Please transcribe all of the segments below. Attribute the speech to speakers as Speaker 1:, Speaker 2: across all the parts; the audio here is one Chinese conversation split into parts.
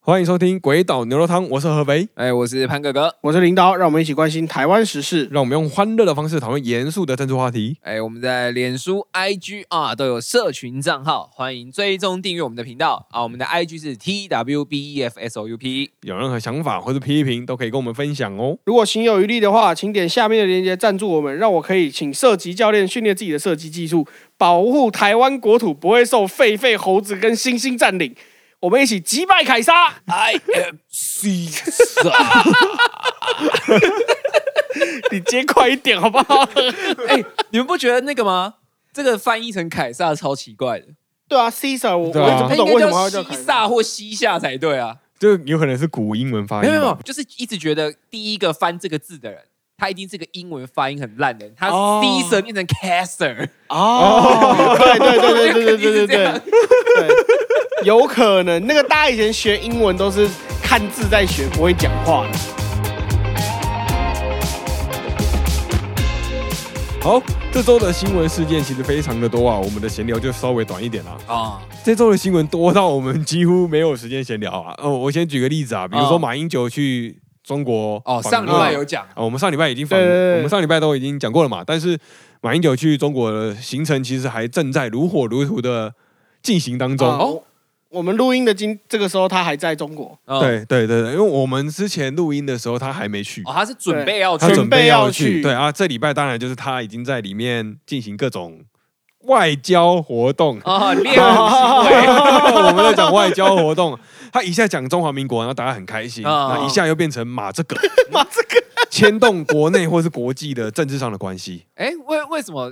Speaker 1: 欢迎收听《鬼岛牛肉汤》，我是合肥，
Speaker 2: 哎，我是潘哥哥。
Speaker 3: 我是林导，让我们一起关心台湾时事。
Speaker 1: 让我们用欢乐的方式讨论严肃的政治话题。
Speaker 2: 哎，我们在脸书、IG 啊都有社群账号，欢迎追踪订阅我们的频道啊。我们的 IG 是 T W B E F S O U P。
Speaker 1: 有任何想法或是批评，都可以跟我们分享哦。
Speaker 3: 如果行有余力的话，请点下面的链接赞助我们，让我可以请射击教练训练自己的射击技术，保护台湾国土不会受狒狒、猴子跟猩猩占领。我们一起击败凯撒！
Speaker 2: I M C 傻。
Speaker 3: 你接快一点好不好？
Speaker 2: 哎，你们不觉得那个吗？这个翻译成凯撒超奇怪的，
Speaker 3: 对啊，Caesar，我、
Speaker 1: 对
Speaker 3: 我
Speaker 1: 啊
Speaker 3: 一直
Speaker 2: 他
Speaker 3: 不
Speaker 2: 应
Speaker 3: 懂为什
Speaker 2: 该
Speaker 3: 么要叫
Speaker 2: 叫
Speaker 3: 凯
Speaker 2: 西
Speaker 3: 撒。
Speaker 2: 萨或西夏才对啊。
Speaker 1: 就有可能是古英
Speaker 3: 啊
Speaker 1: 文发
Speaker 2: 没
Speaker 1: 音
Speaker 2: 有
Speaker 1: 吧，
Speaker 2: 没有，就是一直觉得第一个翻这个字的人，他一定是个英文发音很烂的人，他
Speaker 3: 哦
Speaker 2: C 声变成 Caster，
Speaker 3: 哦，对对对对 对对对对
Speaker 2: 这样
Speaker 3: 对对，有可能那个大家以前学英文都是看字在学，不会讲话的。
Speaker 1: 好，这周的新闻事件其实非常的多啊，我们的闲聊就稍微短一点啦。
Speaker 2: 啊，
Speaker 1: 这周的新闻多到我们几乎没有时间闲聊啊。哦，我先举个例子啊，比如说
Speaker 2: 哦
Speaker 1: 马英九去中国
Speaker 2: 哦，
Speaker 1: 访
Speaker 2: 上礼拜
Speaker 1: 问
Speaker 2: 有讲，
Speaker 1: 啊，我们上礼拜已经访，
Speaker 3: 对对对
Speaker 1: 我们上礼拜都已经讲过了嘛。但是马英九去中国的行程其实还正在如火如荼的进行当中。
Speaker 3: 啊我我们录音的今这个时候他还在中国，
Speaker 2: 哦，
Speaker 1: 对对对对，因为我们之前录音的时候他还没去，
Speaker 2: 哦，他是准备要去
Speaker 1: 他
Speaker 3: 对
Speaker 1: 准备要
Speaker 3: 准备要去
Speaker 1: 对啊，这礼拜当然就是他已经在里面进行各种外交活动。
Speaker 2: 啊，练习
Speaker 1: 我们在讲外交活动，他一下讲中华民国，然后大家很开心，
Speaker 2: 啊
Speaker 1: 那一下又变成马这个哦 马这个，牵动国内或是国际的政治上的关系。
Speaker 2: 哎，为为什么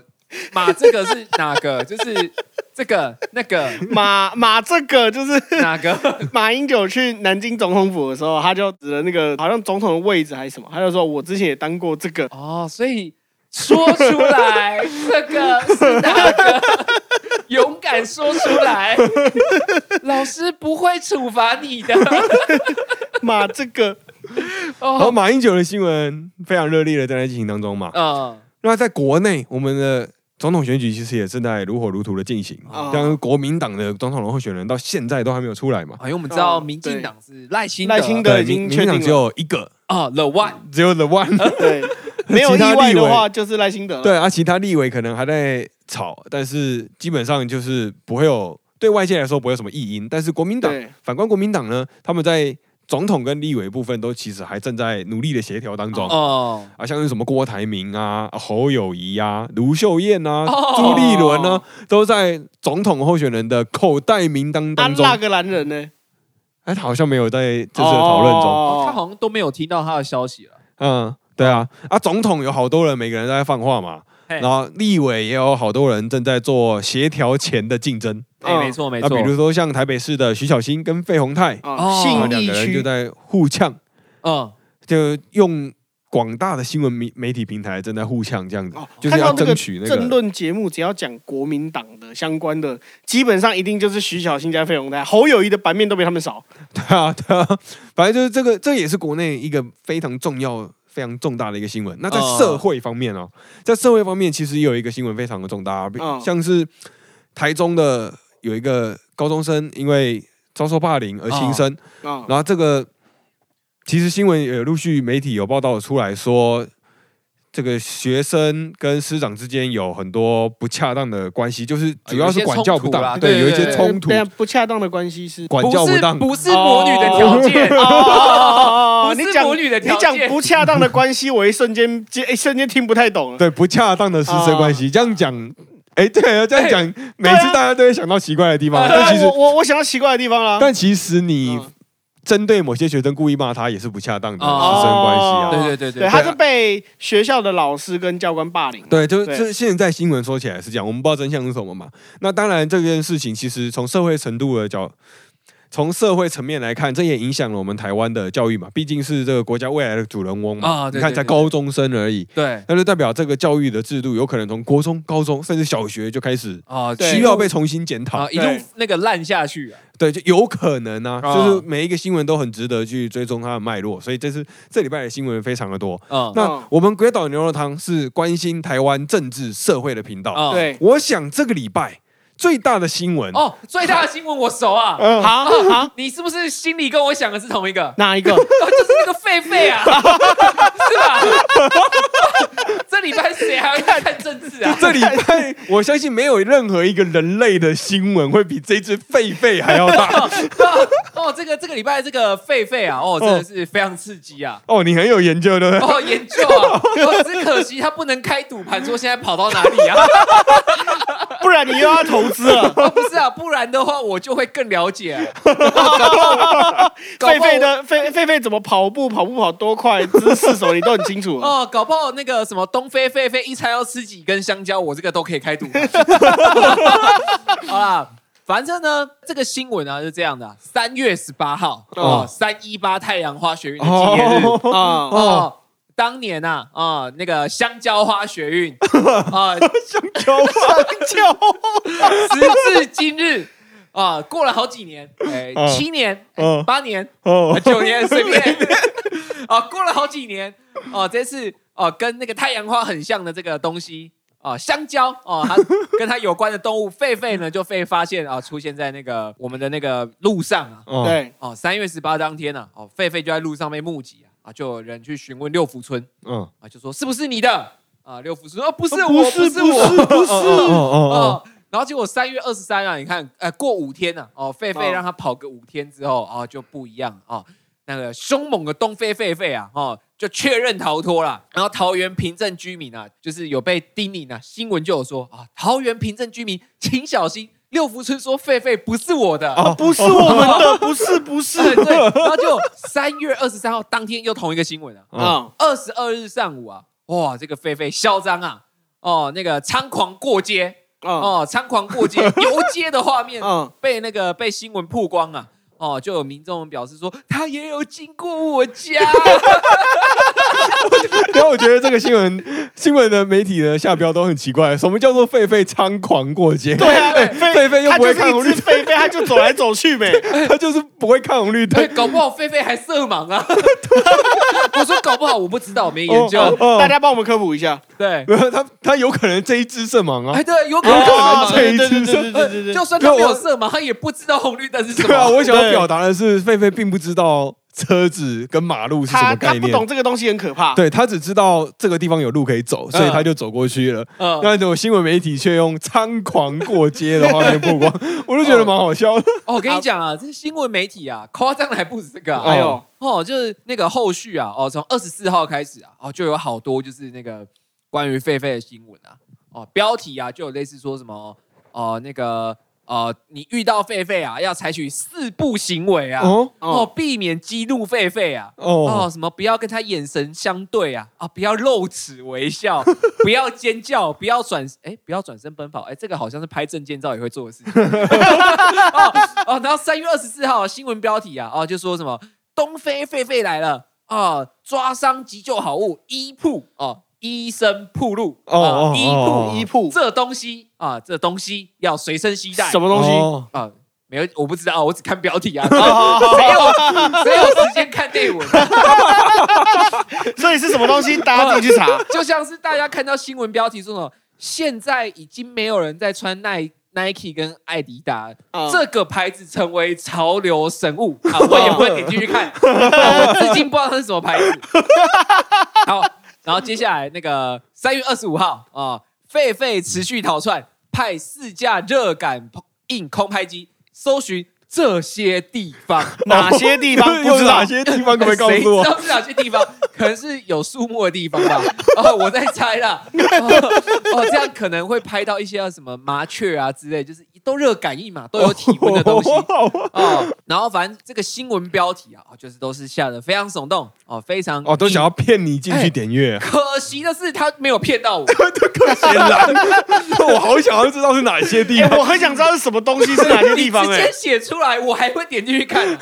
Speaker 2: 马这个是哪个？就是这个那个
Speaker 3: 马马这个就是
Speaker 2: 哪个？
Speaker 3: 马英九去南京总统府的时候，他就指了那个好像总统的位置还是什么，他就说我之前也当过这个，
Speaker 2: 哦，所以说出来这个是哪个？勇敢说出来，老师不会处罚你的。
Speaker 3: 马这个
Speaker 1: 好，
Speaker 2: 哦，
Speaker 1: 马英九的新闻非常热烈的正在进行当中嘛。
Speaker 2: 嗯，
Speaker 1: 那在国内，我们的总统选举其实也正在如火如荼的进行，
Speaker 3: 啊
Speaker 1: 像国民党的总统候选人到现在都还没有出来嘛。
Speaker 2: 因为我们知道
Speaker 3: 哦
Speaker 2: 民进党是赖清
Speaker 3: 赖清
Speaker 2: 德
Speaker 3: 德
Speaker 1: 对，
Speaker 3: 已经
Speaker 1: 民
Speaker 3: 确定
Speaker 1: 民党只有一个，
Speaker 2: 啊，The One，
Speaker 1: 只有 the one。
Speaker 3: 对，没有
Speaker 1: 其
Speaker 3: 意
Speaker 1: 他
Speaker 3: 外
Speaker 1: 立
Speaker 3: 的
Speaker 1: 委
Speaker 3: 话就是赖清德了。
Speaker 1: 对啊，其他立委可能还在吵，但是基本上就是不会有对外界来说不会有什么异音。但是国民党，
Speaker 3: 对
Speaker 1: 反观国民党呢，他们在总统跟立委部分都其实还正在努力的协调当中。
Speaker 2: 哦，
Speaker 1: 啊，像是什么郭台铭啊、侯友谊啊、卢秀燕啊、
Speaker 2: 哦
Speaker 1: 朱立伦啊，都在总统候选人的口袋名单
Speaker 3: 啊，
Speaker 1: 当中。
Speaker 3: 那个男人呢？哦
Speaker 1: 哎，他好像没有在这次的讨论中。
Speaker 2: 哦他
Speaker 3: 中，
Speaker 2: 好像都没有听到他的消息了。
Speaker 1: 嗯，对啊，啊，总统有好多人，每个人都在放话嘛。
Speaker 2: 嘿
Speaker 1: 然后立委也有好多人正在做协调前的竞争。
Speaker 2: 哎，
Speaker 3: 嗯
Speaker 2: 没错没
Speaker 1: 那
Speaker 2: 错，
Speaker 1: 啊比如说像台北市的徐小新跟费鸿泰，
Speaker 2: 哦
Speaker 3: 啊，
Speaker 1: 他们
Speaker 3: 信
Speaker 1: 两
Speaker 3: 义
Speaker 1: 个人就
Speaker 3: 区
Speaker 1: 在互呛，
Speaker 2: 嗯，
Speaker 1: 就用广大的新闻媒媒体平台正在互呛这样子
Speaker 3: 哦，
Speaker 1: 就是要
Speaker 3: 看到这
Speaker 1: 争
Speaker 3: 个
Speaker 1: 取那
Speaker 3: 政
Speaker 1: 个。
Speaker 3: 论节目，只要讲国民党的相关的，基本上一定就是徐小新加费鸿泰、侯友谊的版面都比他们哦少。
Speaker 1: 对啊，对啊，反正就是这个，这也是国内一个非常重要、非常重大的一个新闻。那在
Speaker 2: 哦
Speaker 1: 社会方面哦，在社会方面，其实也有一个新闻非常的重大，啊比
Speaker 3: 嗯
Speaker 1: 像是台中的有一个高中生因为遭受霸凌而轻生，
Speaker 2: 哦
Speaker 3: 啊，
Speaker 1: 然后这个其实新闻也陆续媒体有报道出来说，这个学生跟师长之间有很多不恰当的关系，就是主要是管教不当，
Speaker 2: 啊有一些
Speaker 1: 啊有一
Speaker 2: 冲突啦对
Speaker 1: 些
Speaker 2: 对
Speaker 1: 冲突
Speaker 3: 等，下不恰当的关系是。
Speaker 1: 管教
Speaker 2: 不是
Speaker 1: 当。
Speaker 2: 不是母女的条件，
Speaker 3: 哦哦哦哦
Speaker 2: 不
Speaker 3: 你
Speaker 2: 是
Speaker 3: 讲
Speaker 2: 母女的
Speaker 3: 你
Speaker 2: 条
Speaker 3: 讲
Speaker 2: 件。
Speaker 3: 不恰当的关系，我一瞬间接一瞬间听不太懂 了。
Speaker 1: 对不恰当的师生关系，这样讲，哎，对啊，这样讲，每次大家都会想到奇怪的地方，
Speaker 3: 对
Speaker 1: 但
Speaker 3: 啊
Speaker 1: 其实
Speaker 3: 我我我想到奇怪的地方了。啊
Speaker 1: 但其实你
Speaker 3: 嗯
Speaker 1: 针对某些学生故意骂他也是不恰当的
Speaker 2: 哦
Speaker 1: 师生关系
Speaker 2: 对
Speaker 1: 啊。
Speaker 2: 对对
Speaker 3: 对，
Speaker 2: 对，
Speaker 3: 他是被学校的老师跟教官霸凌。
Speaker 1: 对，就是
Speaker 3: 对
Speaker 1: 这现在新闻说起来是这样，我们不知道真相是什么嘛。那当然，这件事情其实从社会程度的角，从社会层面来看，这也影响了我们台湾的教育嘛，毕竟是这个国家未来的主人翁嘛。
Speaker 2: 啊
Speaker 1: 你
Speaker 2: 对
Speaker 1: 看，
Speaker 2: 对
Speaker 1: 才
Speaker 2: 对
Speaker 1: 高中生而已，
Speaker 2: 对
Speaker 1: 那就代表这个教育的制度有可能从国中、高中甚至小学就开始
Speaker 2: 啊，
Speaker 3: 对
Speaker 1: 哦需要被重新检讨
Speaker 2: 啊。一路那个烂下去啊，
Speaker 1: 对，就有可能啊，
Speaker 2: 啊
Speaker 1: 就是每一个新闻都很值得去追踪它的脉络，所以这是这礼拜的新闻非常的多。
Speaker 3: 啊
Speaker 2: 嗯
Speaker 1: 那我们鬼
Speaker 3: 啊
Speaker 1: 岛牛肉汤是关心台湾政治社会的频道，
Speaker 2: 嗯
Speaker 3: 对
Speaker 1: 我想这个礼拜最大的新闻，
Speaker 2: 哦，最大的新闻我熟啊！
Speaker 1: 嗯
Speaker 3: 好好，
Speaker 2: 你是不是心里跟我想的是同一个？
Speaker 3: 哪一个？
Speaker 2: 哦就是那个狒狒啊， 是吧？ 这礼拜谁还会看政治啊？
Speaker 1: 这礼 拜我相信没有任何一个人类的新闻会比这只狒狒还要 大。
Speaker 2: 哦，这个这个礼拜这个狒狒啊，
Speaker 3: 嗯
Speaker 2: 哦，真的是非常刺激啊！
Speaker 1: 哦，你很有研究，对不对？
Speaker 2: 哦，研究啊，哦只可惜他不能开赌盘，说现在跑到哪里啊？
Speaker 3: 不然你又要投资 了。
Speaker 2: 哦，不是啊，不然的话我就会更了解啊。搞不好
Speaker 3: 狒狒的狒狒狒怎么跑步，跑步跑多快，姿势什么你都很清楚啊。
Speaker 2: 哦，搞不好那个什么东非狒狒一餐要吃几根香蕉，我这个都可以开赌盘。 好啦，反正呢，这个新闻啊是这样的啊、三月十八号
Speaker 1: 哦
Speaker 2: 哦，三一八太阳花学运的纪念日哦
Speaker 3: 啊，
Speaker 2: 当年呐、啊，啊、那个香蕉花学运啊、
Speaker 1: 教
Speaker 2: 直至今日啊、过了好几年，哎、
Speaker 1: 嗯
Speaker 2: 七年、哎
Speaker 1: 嗯
Speaker 2: 八年、
Speaker 1: 哦
Speaker 2: 啊，九年随便。 啊，过了好几年，哦、这次哦、跟那个太阳花很像的这个东西哦、香蕉哦、 它跟它有关的动物狒狒呢，就被发现啊、出现在那个我们的那个路上啊。
Speaker 1: 哦，
Speaker 3: 对，
Speaker 2: 哦，三月十八当天呢、哦，狒狒就在路上被目击啊，啊，就有人去询问六福村
Speaker 1: 嗯，
Speaker 2: 啊，就说是不是你的啊？六福村说、哦、不是我，
Speaker 3: 不是
Speaker 2: 是
Speaker 3: 不
Speaker 2: 我，
Speaker 3: 是不
Speaker 1: 哦哦
Speaker 3: 是，
Speaker 1: 哦
Speaker 2: 哦，然后结果三月二十三啊，你看，呃，过五天呢、啊，哦，狒狒
Speaker 3: 哦
Speaker 2: 让他跑个五天之后，哦，就不一样啊、哦。那个凶猛的东非狒狒啊，哦，就确认逃脱了。然后桃园平镇居民啊，就是有被叮咛啊，新闻就有说啊，桃园平镇居民请小心，六福村说狒狒不是我的。
Speaker 1: 哦
Speaker 3: 啊不是我们的，不是不是
Speaker 2: 对对，然后就三月二十三号当天又同一个新闻啊，
Speaker 1: 哦，
Speaker 3: 啊，
Speaker 2: 二十二日上午啊，哇，这个狒狒嚣张啊，哦，那个猖狂过街，
Speaker 3: 哦，
Speaker 2: 哦，猖狂过街、游街的画面
Speaker 3: 嗯
Speaker 2: 被那个被新闻曝光啊。哦，就有民众表示说，他也有经过我家，
Speaker 1: 然后我觉得这个新闻新闻的媒体的下标都很奇怪，什么叫做狒�又猖狂过街？ 哎
Speaker 3: 对啊，
Speaker 2: 对
Speaker 1: 狒狒又
Speaker 3: 它
Speaker 1: 不会
Speaker 3: 就是
Speaker 1: 看红
Speaker 3: 一
Speaker 1: 绿
Speaker 3: 只狒狒，它就走来走去呗。
Speaker 1: 他就是不会看红绿
Speaker 2: 对，
Speaker 3: 哎
Speaker 1: 灯。
Speaker 2: 哎搞不好狒狒还色盲啊。我说搞不好，我不知道，没研究。
Speaker 1: 哦哦
Speaker 3: 大家帮我们科普一下。
Speaker 2: 对，
Speaker 1: 没有他，他有可能这一只色盲啊
Speaker 2: 哎，。对，有可能
Speaker 1: 哦
Speaker 2: 色盲。
Speaker 3: 对对对对对对对，
Speaker 2: 就算他没有色盲，他也不知道红绿灯是什
Speaker 1: 对啊，
Speaker 2: 么。
Speaker 1: 我想要表达的是，狒狒并不知道车子跟马路是什
Speaker 3: 他
Speaker 1: 么
Speaker 3: 他
Speaker 1: 概
Speaker 3: 不
Speaker 1: 念，
Speaker 3: 懂这个东西很可怕。
Speaker 1: 对他只知道这个地方有路可以走，
Speaker 3: 嗯
Speaker 1: 所以他就走过去了。
Speaker 2: 嗯
Speaker 1: 那种新闻媒体却用猖狂过街的画面曝光， 我就觉得蛮好笑的。
Speaker 2: 哦，我跟你讲啊，这新闻媒体啊，夸张的还不止这个啊。
Speaker 3: 还有
Speaker 2: 哦，就是那个后续啊，哦，从二十四号开始啊，哦，就有好多就是那个关于狒狒的新闻啊，哦，标题啊，就有类似说什么哦，那个呃，你遇到狒狒啊，要采取四步行为啊，哦，
Speaker 1: 哦
Speaker 3: 哦
Speaker 2: 避免激怒狒狒啊。哦，
Speaker 1: 哦
Speaker 2: 什么不要跟他眼神相对啊！啊，不要露齿微笑，不要尖叫，不要转哎，不要转身奔跑哎，这个好像是拍证件照也会做的事情。哦哦，然后三月二十四号新闻标题啊，哦就说什么东非狒狒来了哦，抓伤急救好物医铺哦，医生铺路
Speaker 1: 哦
Speaker 2: 啊
Speaker 1: 哦
Speaker 2: 医
Speaker 1: 哦
Speaker 2: 铺
Speaker 3: 医铺
Speaker 2: 这东西啊，这东西要随身携带
Speaker 3: 什么东西？
Speaker 1: 哦
Speaker 2: 啊？没有，我不知道，我只看标题啊，
Speaker 3: 哦
Speaker 2: 谁有谁有时间看内文啊？
Speaker 3: 所以是什么东西？大家自己 去查。
Speaker 2: 就像是大家看到新闻标题说什么，现在已经没有人在穿耐 Nike 跟艾迪达、
Speaker 3: 嗯
Speaker 2: 这个牌子成为潮流神物啊！我也不会点进去看，啊我至今不知道它是什么牌子。好，然后接下来那个三月二十五号啊，狒狒持续逃窜，派四架热感应空拍机搜寻这些地方。
Speaker 3: 哪些地方不
Speaker 1: 又
Speaker 3: 知
Speaker 1: 是
Speaker 3: 道
Speaker 1: 哪？些地方可不可以告诉
Speaker 2: 谁知
Speaker 1: 我？
Speaker 2: 道是哪些地方？可能是有树木的地方吧。哦，我在猜啦。哦，哦这样可能会拍到一些什么麻雀啊之类，就是都热感应嘛，都有体温的东西。
Speaker 1: 哦
Speaker 2: 哦，然后反正这个新闻标题啊，哦就是都是下的非常耸动哦，非常
Speaker 1: 哦，都想要骗你进去点 阅。
Speaker 2: 可惜的是，他没有骗到我。
Speaker 1: 显然，我好想要知道是哪些地
Speaker 3: 哎
Speaker 1: 方。
Speaker 3: 我很想知道是什么东西，是哪些地方？
Speaker 2: 你直
Speaker 1: 欸
Speaker 3: 哎
Speaker 2: 接，写出来，我还会点进去看啊、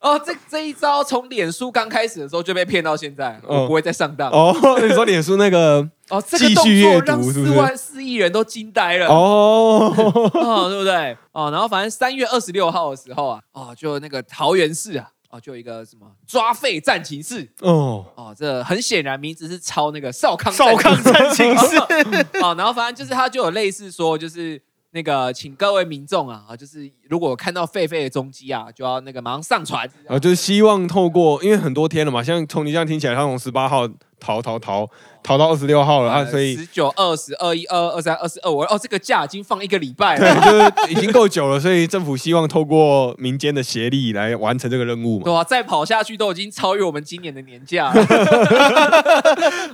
Speaker 2: 哦，这这一招从脸书刚开始的时候就被骗到现在，我
Speaker 1: 嗯
Speaker 2: 不会再上 当。
Speaker 1: 哦，你说脸书那 个
Speaker 2: 哦，这个
Speaker 1: 继
Speaker 2: 动
Speaker 1: 续阅
Speaker 2: 作
Speaker 1: 读
Speaker 2: 让
Speaker 1: 是
Speaker 2: 四
Speaker 1: 不是
Speaker 2: 万四亿人都惊呆了。
Speaker 1: 哦，
Speaker 2: 哦，对不对？哦，然后反正三月二十六号的时候啊，哦，就那个桃园市啊，哦，就有一个什么抓狒战情室，
Speaker 1: 哦，
Speaker 2: 哦，这很显然名字是抄那个少康
Speaker 3: 少康
Speaker 2: 战
Speaker 3: 战情
Speaker 2: 情
Speaker 3: 室
Speaker 2: 室，哦，然后反正就是他就有类似说，就是那个请各位民众啊，啊就是如果看到狒狒的踪迹啊，就要那个马上上传。
Speaker 1: 然后呃就是希望透过，因为很多天了嘛，像从你这样听起来，他从十八号逃逃逃逃到二十六号了，啊，所以
Speaker 2: 呃十九、二十二、一二、二三、二十二，我哦，这个假已经放一个礼 拜了。 哦
Speaker 1: 对，就是已经够久了，所以政府希望透过民间的协力来完成这个任务嘛。
Speaker 2: 对啊，再跑下去都已经超越我们今年的年假 了。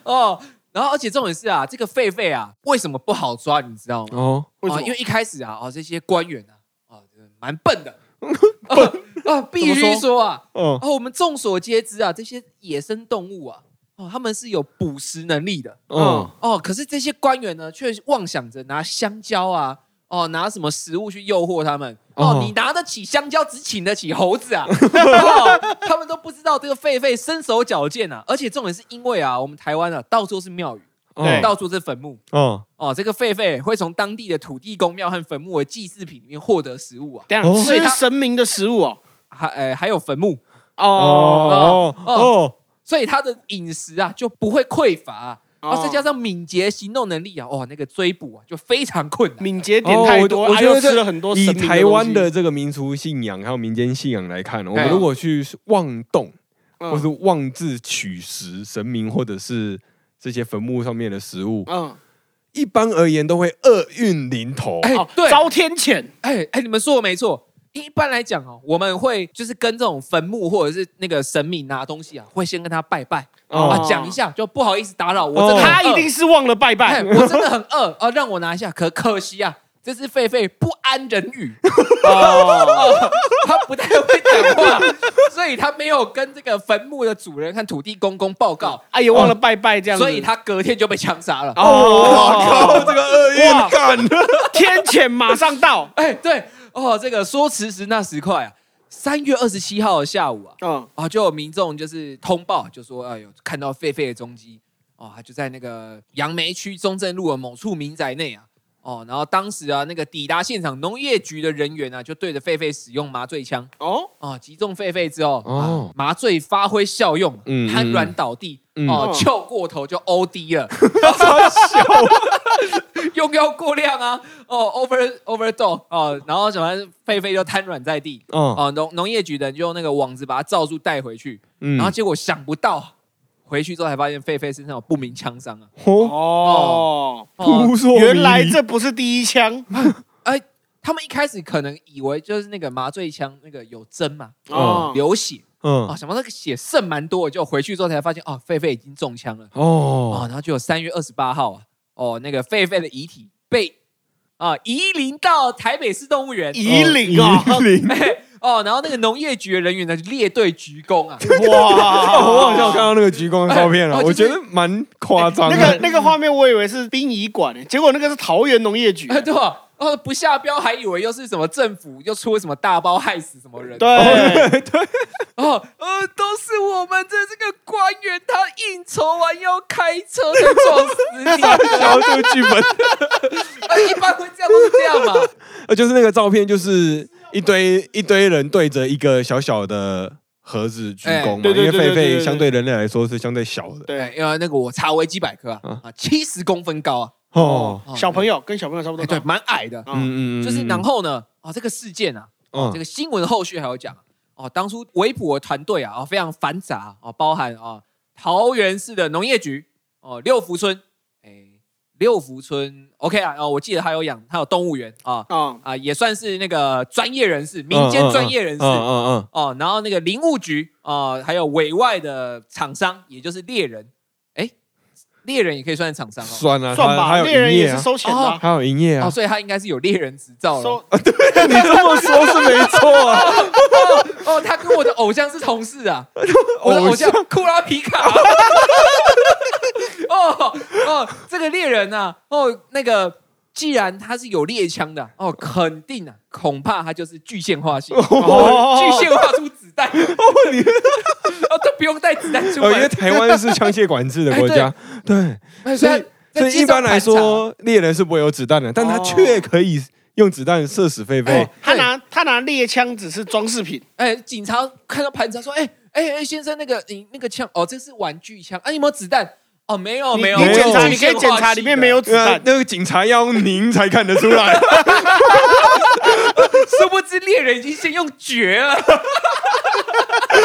Speaker 2: 哦，然后而且重点是啊，这个狒狒啊，为什么不好抓？你知道吗？
Speaker 1: 哦，
Speaker 3: 为什
Speaker 2: 啊
Speaker 3: 么？
Speaker 2: 因为一开始啊，哦，这些官员啊，哦，真的蛮笨 的。啊啊，必须说啊，
Speaker 1: 哦，
Speaker 2: 哦，我们众所皆知啊，这些野生动物啊，哦，他们是有捕食能力的。
Speaker 1: 哦，
Speaker 2: 哦，可是这些官员呢，却妄想着拿香蕉啊，哦，拿什么食物去诱惑他们。哦，
Speaker 1: 哦
Speaker 2: 你拿得起香蕉，只请得起猴子啊！哦、他们都不知道这个狒狒身手矫健啊，而且重点是因为啊，我们台湾啊，到处是庙宇，
Speaker 1: 哦
Speaker 2: 到处是坟墓。
Speaker 1: 哦，
Speaker 2: 哦，这个狒狒会从当地的土地公庙和坟墓的祭祀品里面获得食物啊，
Speaker 3: 等一
Speaker 1: 哦
Speaker 3: 下，吃神明的食物哦。
Speaker 2: 还呃还有坟墓，
Speaker 3: 哦，
Speaker 1: 哦，
Speaker 2: 哦
Speaker 1: 哦，
Speaker 2: 所以他的饮食啊就不会匮乏啊，啊
Speaker 3: 哦
Speaker 2: 再加上敏捷行动能力啊，哇，那个追捕啊就非常困难。
Speaker 3: 敏捷点
Speaker 1: 哦
Speaker 3: 太
Speaker 1: 我
Speaker 3: 多，
Speaker 1: 我
Speaker 3: 哎
Speaker 1: 觉
Speaker 3: 呦
Speaker 1: 得这
Speaker 3: 吃了很多神
Speaker 1: 以
Speaker 3: 明东西哎
Speaker 1: 台湾的这个民俗信仰还有民间信仰来看，我们如果去妄动
Speaker 3: 嗯
Speaker 1: 或是妄自取食神明或者是这些坟墓上面的食物，
Speaker 3: 嗯，
Speaker 1: 一般而言都会厄运临头。
Speaker 2: 哎
Speaker 3: 哦，
Speaker 2: 对
Speaker 3: 遭天谴，
Speaker 2: 哎哎，你们说的没错。一般来讲哦，我们会就是跟这种坟墓或者是那个神明拿东西啊，会先跟他拜拜、
Speaker 1: 哦
Speaker 2: 啊，讲一下，就不好意思打扰，我
Speaker 1: 哦
Speaker 2: 真的很
Speaker 3: 他一
Speaker 2: 饿
Speaker 3: 定是忘了拜
Speaker 2: 哎，
Speaker 3: 拜。
Speaker 2: 我真的很饿啊，让我拿一下。可可惜啊，这只狒狒不安人 语，
Speaker 3: 哦，
Speaker 2: 它不太会讲话，所以它没有跟这个坟墓的主人和土地公公报告，
Speaker 3: 哎呦，忘了拜拜这样子，
Speaker 2: 所以它隔天就被枪杀了。
Speaker 1: 靠，
Speaker 3: 哦，
Speaker 1: 这个厄
Speaker 3: 哇
Speaker 1: 运 干的。
Speaker 3: 天谴马上到。
Speaker 2: 哎，对哦，这个说迟迟那时快啊，三月二十七号的下午啊，
Speaker 3: 嗯，
Speaker 2: 啊，就有民众就是通报，就说哎呦，看到狒狒的踪迹哦，他就在那个杨梅区中正路的某处民宅内啊。哦，然后当时啊，那个抵达现场农业局的人员啊，就对着狒狒使用麻醉枪
Speaker 3: 哦，
Speaker 2: 哦，击中狒狒之后，
Speaker 1: 哦
Speaker 2: 啊麻醉发挥效用，
Speaker 1: 嗯
Speaker 2: 瘫软倒地，
Speaker 1: 嗯
Speaker 2: 哦，
Speaker 3: 嗯
Speaker 2: 翘过头就 O D 了， 用药过量啊，哦，over overdose 哦，然后反正狒狒就瘫软在地，
Speaker 1: 哦，
Speaker 2: 哦，农农业局的人就用那个网子把它罩住带回去，
Speaker 1: 嗯
Speaker 2: 然后结果想不到，回去之后才发现狒狒身上有不明枪伤啊！
Speaker 1: 哦，
Speaker 3: 哦，
Speaker 2: 哦，
Speaker 1: 扑朔迷离
Speaker 3: 原来这不是第一枪
Speaker 2: 哎，他们一开始可能以为就是那个麻醉枪那个有针嘛，
Speaker 3: 哦，
Speaker 2: 流血
Speaker 1: 嗯
Speaker 2: 哦，想不到那个血剩蛮多的，就回去之后才发现哦，狒狒已经中枪了哦，
Speaker 1: 哦
Speaker 2: 然后就有三月二十八号啊，哦，那个狒狒的遗体被啊移灵到台北市动物园。
Speaker 3: 夷陵啊，
Speaker 1: 夷陵。
Speaker 2: 哦，然后那个农业局的人员呢，就列队鞠躬啊，
Speaker 3: 哇，
Speaker 1: 哦，我好像有看 到那个鞠躬的照片了，
Speaker 2: 哎哦
Speaker 1: 我
Speaker 2: 就
Speaker 1: 觉
Speaker 2: 是
Speaker 1: 得蛮夸张
Speaker 3: 那
Speaker 1: 的。
Speaker 3: 个那个画面，我以为是殡仪馆欸诶，结果那个是桃园农业局。
Speaker 2: 哎， 对吧？哦，不下标还以为又是什么政府又出了什么大包害死什么人，
Speaker 3: 对，
Speaker 2: 哦，呃，都是我们的这个官员，他应酬完要开车才撞死你。
Speaker 1: 小度剧本，
Speaker 2: 啊一般会这样，都是这样嘛？
Speaker 1: 呃，就是那个照片，就是一堆一堆人对着一个小小的盒子鞠躬嘛，
Speaker 3: 哎对
Speaker 1: 因为
Speaker 3: 对对对
Speaker 1: 狒
Speaker 3: 对对
Speaker 1: 狒相对人类来说是相对小的。
Speaker 2: 对，
Speaker 3: 对，
Speaker 2: 因为那个我查维基百科啊
Speaker 1: 啊，
Speaker 2: 啊，七十公分高啊，
Speaker 1: 哦，
Speaker 2: 哦
Speaker 3: 小朋友跟小朋友差不
Speaker 2: 哎
Speaker 3: 多
Speaker 2: 对，
Speaker 3: 大。
Speaker 2: 蛮矮的。
Speaker 3: 嗯，
Speaker 1: 嗯嗯，
Speaker 2: 就是然后呢，啊，这个事件啊，这
Speaker 1: 嗯
Speaker 2: 个新闻后续还有讲哦，当初维普的团队啊，哦，非常繁杂哦，包含啊桃园市的农业局哦，六福村，哎，六福村 OK 啊，哦，我记得还有养，还有动物园啊
Speaker 3: 啊，
Speaker 2: 啊，也算是那个专业人士，民间专业人士。
Speaker 1: 嗯嗯嗯
Speaker 2: 哦，然后那个林务局哦，还有委外的厂商，也就是猎人，哎，猎人也可以算是厂商
Speaker 1: 嗯，
Speaker 2: 哦。
Speaker 1: 算了，
Speaker 3: 算
Speaker 1: 他他
Speaker 3: 吧，
Speaker 1: 有
Speaker 3: 猎人
Speaker 1: 营业
Speaker 3: 也是
Speaker 1: 啊，
Speaker 3: 收钱的啊，
Speaker 1: 他有营业
Speaker 2: 哦，
Speaker 1: 啊。
Speaker 2: 所以他应该是有猎人执照了
Speaker 3: 收。
Speaker 1: 你这么说是没错 啊，
Speaker 2: 哦，他跟我的偶像是同事啊，我的偶
Speaker 1: 偶
Speaker 2: 像
Speaker 1: 像
Speaker 2: 库拉皮卡。 哦哦，这个猎人呢、啊，哦，那个既然他是有猎枪的，哦，肯定啊，恐怕他就是具现化型，
Speaker 3: 哦
Speaker 2: 具现化出子弹。哦， 他不用带子弹出
Speaker 1: 呃，因
Speaker 2: 来
Speaker 1: 为，台湾是枪械管 制的国家，对，
Speaker 2: 哎
Speaker 1: 所
Speaker 2: 所以
Speaker 1: 以所以一般来，说，猎人是不会有子弹的，但他
Speaker 3: 哦
Speaker 1: 却可以用子弹射死狒狒
Speaker 3: 哎。他拿他拿猎枪只是装饰品，
Speaker 2: 哎，警察看到盘查说，哎哎哎，先生，那个你那个枪，哦，这是玩具枪，啊，有没有子弹？哦，没有
Speaker 3: 你
Speaker 2: 没有，
Speaker 3: 你
Speaker 1: 没
Speaker 3: 检查，
Speaker 1: 有
Speaker 3: 你可以检查里面没，有子
Speaker 1: 呃
Speaker 3: 弹，。
Speaker 1: 那个警察要拧才看得出 来。
Speaker 2: 殊不知猎人已经先用绝了。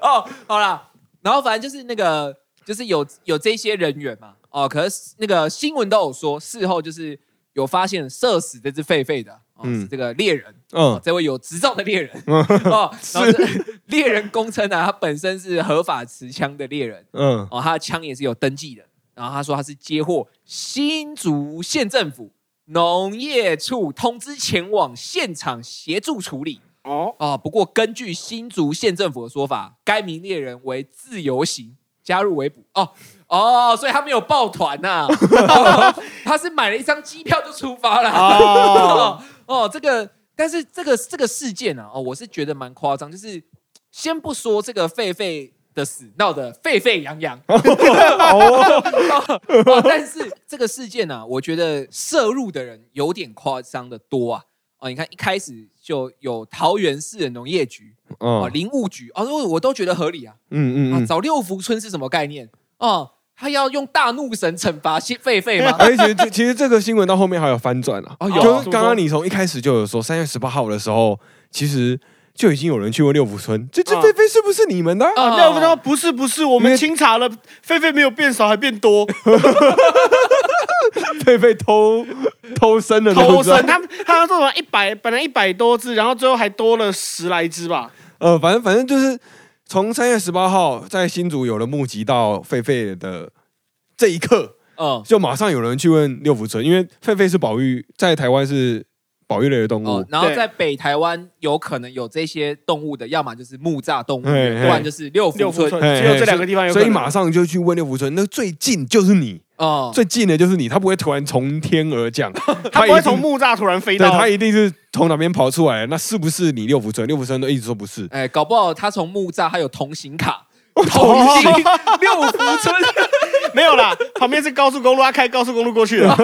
Speaker 2: 哦，好啦，然后反正就是那个，就是有有这些人员嘛，哦，可是那个新闻都有说，事后就是有发现射死这只狒狒的，哦，
Speaker 1: 嗯
Speaker 2: 是这个猎人。哦
Speaker 1: 嗯，
Speaker 2: 这位有执照的 猎人哦，然后是猎人公称啊，他本身是合法持枪的猎人
Speaker 1: 嗯，
Speaker 2: 哦，他的枪也是有登记的。然后他说他是接获新竹县政府农业处通知前往现场协助处理
Speaker 3: 哦，
Speaker 2: 哦。不过根据新竹县政府的说法，该名猎人为自由行加入围捕哦。哦，所以他没有抱团呐、 哦他是买了一张机票就出发了。
Speaker 3: 哦，
Speaker 2: 哦哦，这个，但是这个这个事件啊，哦，我是觉得蛮夸张，就是先不说这个狒狒的死闹得沸沸扬扬，哦 哦，但是这个事件呢、啊，我觉得摄入的人有点夸张的多啊。哦，你看一开始就有桃园市的农业局、哦，
Speaker 1: 嗯，
Speaker 2: 林务局哦，我我都觉得合理啊。
Speaker 1: 嗯
Speaker 2: 啊，
Speaker 3: 哦
Speaker 1: 嗯嗯。
Speaker 2: 找六福村是什么概念？哦，他要用大怒神惩罚狒狒 吗？
Speaker 1: 而且其实其实这个新闻到后面还有翻转了、
Speaker 2: 哦
Speaker 3: 啊
Speaker 2: 有
Speaker 1: 就是刚刚你从一开始就有说，三月十八号的时候，其实就已经有人去过六福村，这这
Speaker 3: 嗯
Speaker 1: 菲菲是不是你们的啊、
Speaker 2: 哦
Speaker 3: 啊，廖文说不是不是，我
Speaker 1: 因为
Speaker 3: 们清查了，狒狒没有变少，还变 多，
Speaker 1: 狒狒偷偷生的，
Speaker 3: 偷生。
Speaker 1: 生。
Speaker 3: 他们他们说什么一百，本来一百多只，然后最后还多了十来只吧。
Speaker 1: 呃，反正反正就是从三月十八号在新竹有人目击到狒狒的这一刻，
Speaker 2: 嗯，
Speaker 1: 就马上有人去问六福村，因为狒狒是保育在台湾是保育类的动物
Speaker 2: 哦，，然后
Speaker 3: 对
Speaker 2: 在北台湾有可能有这些动物的，要么就是木栅动物园，
Speaker 1: 嘿
Speaker 2: 不
Speaker 1: 嘿
Speaker 2: 然就是六
Speaker 3: 六
Speaker 2: 福
Speaker 3: 福
Speaker 2: 村
Speaker 3: 村
Speaker 1: 嘿
Speaker 3: 只有
Speaker 1: 嘿
Speaker 3: 这两个地方有可
Speaker 1: 所
Speaker 3: 能，
Speaker 1: 以马上就去问六福村，那最近就是你，
Speaker 2: 哦。
Speaker 1: 最近的就是你，它不会突然从天而降，
Speaker 3: 他
Speaker 1: 一
Speaker 3: 不会
Speaker 1: 定
Speaker 3: 从木栅突然飞
Speaker 1: 对，
Speaker 3: 到，
Speaker 1: 它一定是从哪边跑出来的，那是不是你六福村？六福村都一直说不 是，
Speaker 2: 哎，搞不好他从木栅还有同行 卡，
Speaker 1: 哦
Speaker 2: 同行六福村，
Speaker 3: 没有啦，旁边是高速公路，他开高速公路过去 了。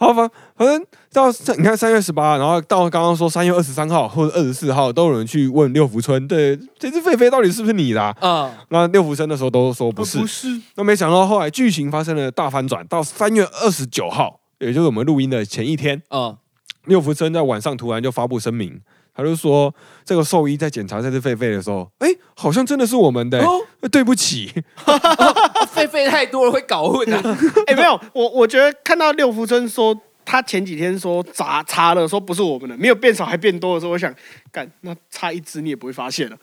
Speaker 1: 好吧，反正到你看三月十八，然后到刚刚说三月二十三号或者二十四号，都有人去问六福村，对，这只狒狒到底是不是你的啊、
Speaker 2: 嗯，
Speaker 1: 那六福村那时候都说不是，
Speaker 3: 是，
Speaker 1: 那没想到后来剧情发生了大翻转，到三月二十九号，也就是我们录音的前一天，
Speaker 2: 嗯，
Speaker 1: 六福村在晚上突然就发布声明，他就说这个兽医在检查这只狒狒的时候，哎，好像真的是我们的、
Speaker 2: 哦，
Speaker 1: 对不起，
Speaker 2: 狒狒啊太多了会搞混啊。
Speaker 3: 哎，没有，我我觉得看到六福村说。他前几天说查查了，说不是我们的，没有变少还变多的时候，我想，干那差一只你也不会发现了。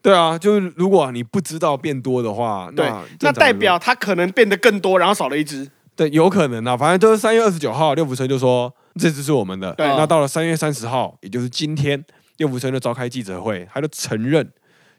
Speaker 1: 对啊，就是如果你不知道变多的话，
Speaker 3: 对
Speaker 1: 那，
Speaker 3: 那
Speaker 1: 正常
Speaker 3: 代
Speaker 1: 的
Speaker 3: 表它可能变得更多，然后少了一只。
Speaker 1: 对，有可能啊，反正就是三月二十九号，六福村就说这只是我们的。
Speaker 3: 对
Speaker 1: 那到了三月三十号，也就是今天，六福村就召开记者会，他就承认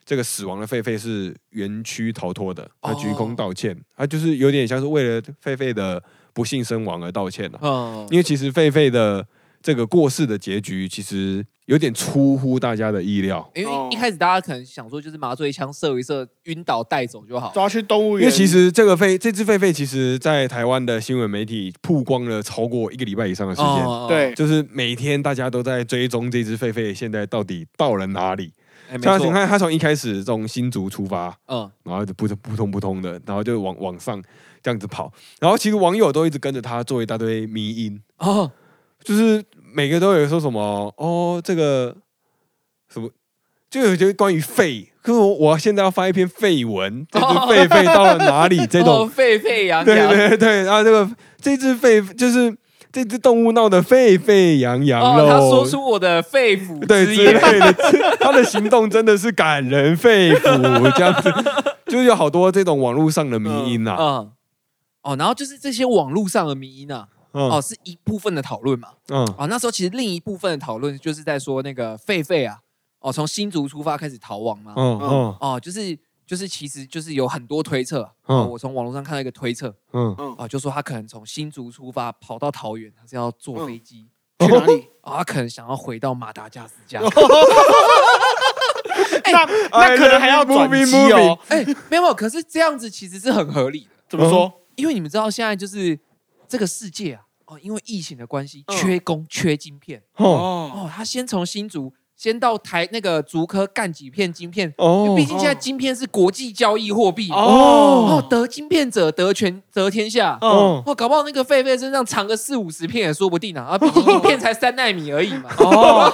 Speaker 1: 这个死亡的狒狒是园区逃脱的，他鞠
Speaker 3: 哦
Speaker 1: 躬道歉，他就是有点像是为了狒狒的不幸身亡而道歉了、啊
Speaker 2: 嗯，
Speaker 1: 因为其实狒狒的这个过世的结局，其实有点出乎大家的意料。
Speaker 2: 因为一开始大家可能想说，就是麻醉枪射一射，晕倒带走就好。
Speaker 3: 抓去动物
Speaker 1: 因
Speaker 3: 园，
Speaker 1: 为其实这个狒这只狒狒，其实在台湾的新闻媒体曝光了超过一个礼拜以上的时间。
Speaker 2: 哦，
Speaker 3: 对，
Speaker 1: 就是每天大家都在追踪这只狒狒现在到底到了哪里。
Speaker 2: 哎没
Speaker 1: 像你
Speaker 2: 错，
Speaker 1: 看，它从一开始从新竹出发，
Speaker 2: 嗯，
Speaker 1: 然后就扑通扑通扑通的，然后就往往上这样子跑。然后其实网友都一直跟着它做一大堆迷音，
Speaker 2: 哦，
Speaker 1: 就是每个都有说什么哦，这个什么，就有些关于肺。可是我我现在要发一篇废文， 这只狒狒到了哪里？这种
Speaker 2: 哦沸沸 扬
Speaker 1: 对
Speaker 2: 扬，
Speaker 1: 对对，然后这个这只狒就是这只动物闹得沸沸扬扬
Speaker 2: 哦，
Speaker 1: 喽。
Speaker 2: 他说出我的肺腑
Speaker 1: 对
Speaker 2: 之
Speaker 1: 之
Speaker 2: 言
Speaker 1: 类。的， 他的行动真的是感人肺腑，这样子 就是有好多这种网络上的迷因呐、啊，
Speaker 2: 嗯，哦，然后就是这些网络上的迷因啊，
Speaker 1: 嗯
Speaker 2: 哦，是一部分的讨论嘛。
Speaker 1: 嗯
Speaker 2: 哦，那时候其实另一部分的讨论就是在说那个狒狒啊，哦，从新竹出发开始逃亡嘛。
Speaker 1: 嗯嗯
Speaker 2: 哦，就是就是其实就是有很多推测啊。
Speaker 1: 嗯
Speaker 2: 哦我从网络上看到一个推测，
Speaker 1: 嗯，
Speaker 3: 嗯，
Speaker 2: 哦，就说他可能从新竹出发跑到桃园，他是要坐飞机。
Speaker 3: 去哪里？
Speaker 2: 哦，他可能想要回到马达加斯加。
Speaker 1: 哦
Speaker 3: 那哎那可能还要转机哦。
Speaker 2: 哎、没有，没有可是这样子其实是很合理的，
Speaker 3: 怎么说？
Speaker 2: 因为你们知道现在就是这个世界啊，哦，因为疫情的关系，
Speaker 3: 嗯
Speaker 2: 缺工、缺晶片，
Speaker 1: 哦
Speaker 3: 哦，
Speaker 2: 哦，他先从新竹先到台那个竹科干几片晶片，因
Speaker 1: 哦
Speaker 2: 为毕竟现在晶片是国际交易货币，哦，
Speaker 3: 哦
Speaker 2: 得晶片者得全得天下。
Speaker 3: 哦
Speaker 1: 哦
Speaker 2: 哦，搞不好那个狒狒身上藏个四五十片也说不定啊！啊，毕竟一片才三纳米而已嘛。
Speaker 3: 哦，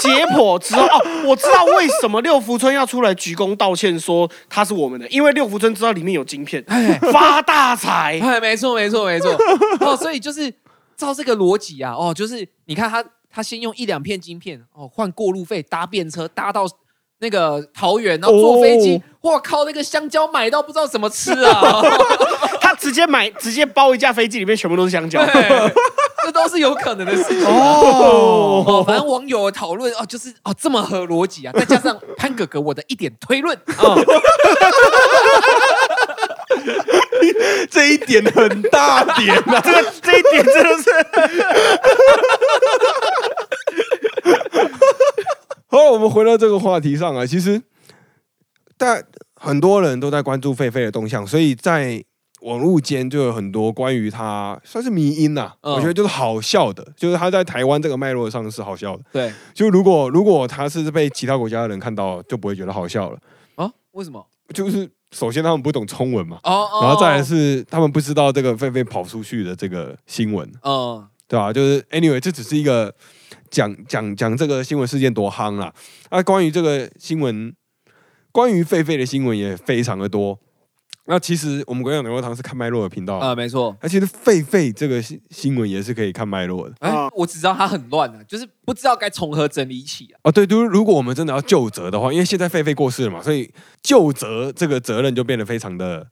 Speaker 3: 解剖之后哦，我知道为什么六福村要出来鞠躬道歉，说他是我们的，因为六福村知道里面有晶片，
Speaker 2: 哎，
Speaker 3: 发大财。
Speaker 2: 哎，没错，没错，没错。哦，所以就是照这个逻辑啊，哦，就是你看他他先用一两片晶片，哦，换过路费，搭便车，搭到那个桃园，然后坐飞机，
Speaker 3: 哦
Speaker 2: 我靠，那个香蕉买到不知道怎么吃 啊！
Speaker 3: 他直接买，直接包一架飞机，里面全部都是香蕉。
Speaker 2: 对，这都是有可能的事
Speaker 1: 哦
Speaker 2: 情啊。
Speaker 3: 哦，
Speaker 2: 哦，反正网友讨论哦，就是哦这么合逻辑啊，再加上潘哥哥我的一点 推论，
Speaker 1: 哦 这一点很大点 啊，
Speaker 3: 这个这一点真的是
Speaker 1: 后来我们回到这个话题上啊，其实但很多人都在关注狒狒的动向，所以在网络间就有很多关于他算是迷因呐、啊
Speaker 2: 嗯
Speaker 1: 我觉得就是好笑的，就是他在台湾这个脉络上是好笑的。
Speaker 2: 对
Speaker 1: 就如果如果他是被其他国家的人看到，就不会觉得好笑了。
Speaker 2: 啊，为什么？
Speaker 1: 就是首先他们不懂中文嘛，
Speaker 2: 哦哦，
Speaker 1: 然后再来是他们不知道这个狒狒跑出去的这个新闻，
Speaker 2: 嗯
Speaker 1: 对啊吧、就是 anyway，这只是一个讲讲讲这个新闻事件多夯啦。那、关于这个新闻，关于狒狒的新闻也非常的多。那其实我们国养牛肉汤是看脉络的频道，那、
Speaker 2: 呃，没错。
Speaker 1: 其实狒狒这个新新闻也是可以看脉络的。
Speaker 2: 哎
Speaker 3: 啊，
Speaker 2: 我只知道它很乱啊，就是不知道该从何整理起啊。
Speaker 1: 哦，对，就是如果我们真的要就责的话，因为现在狒狒过世了嘛，所以就责这个责任就变得非常的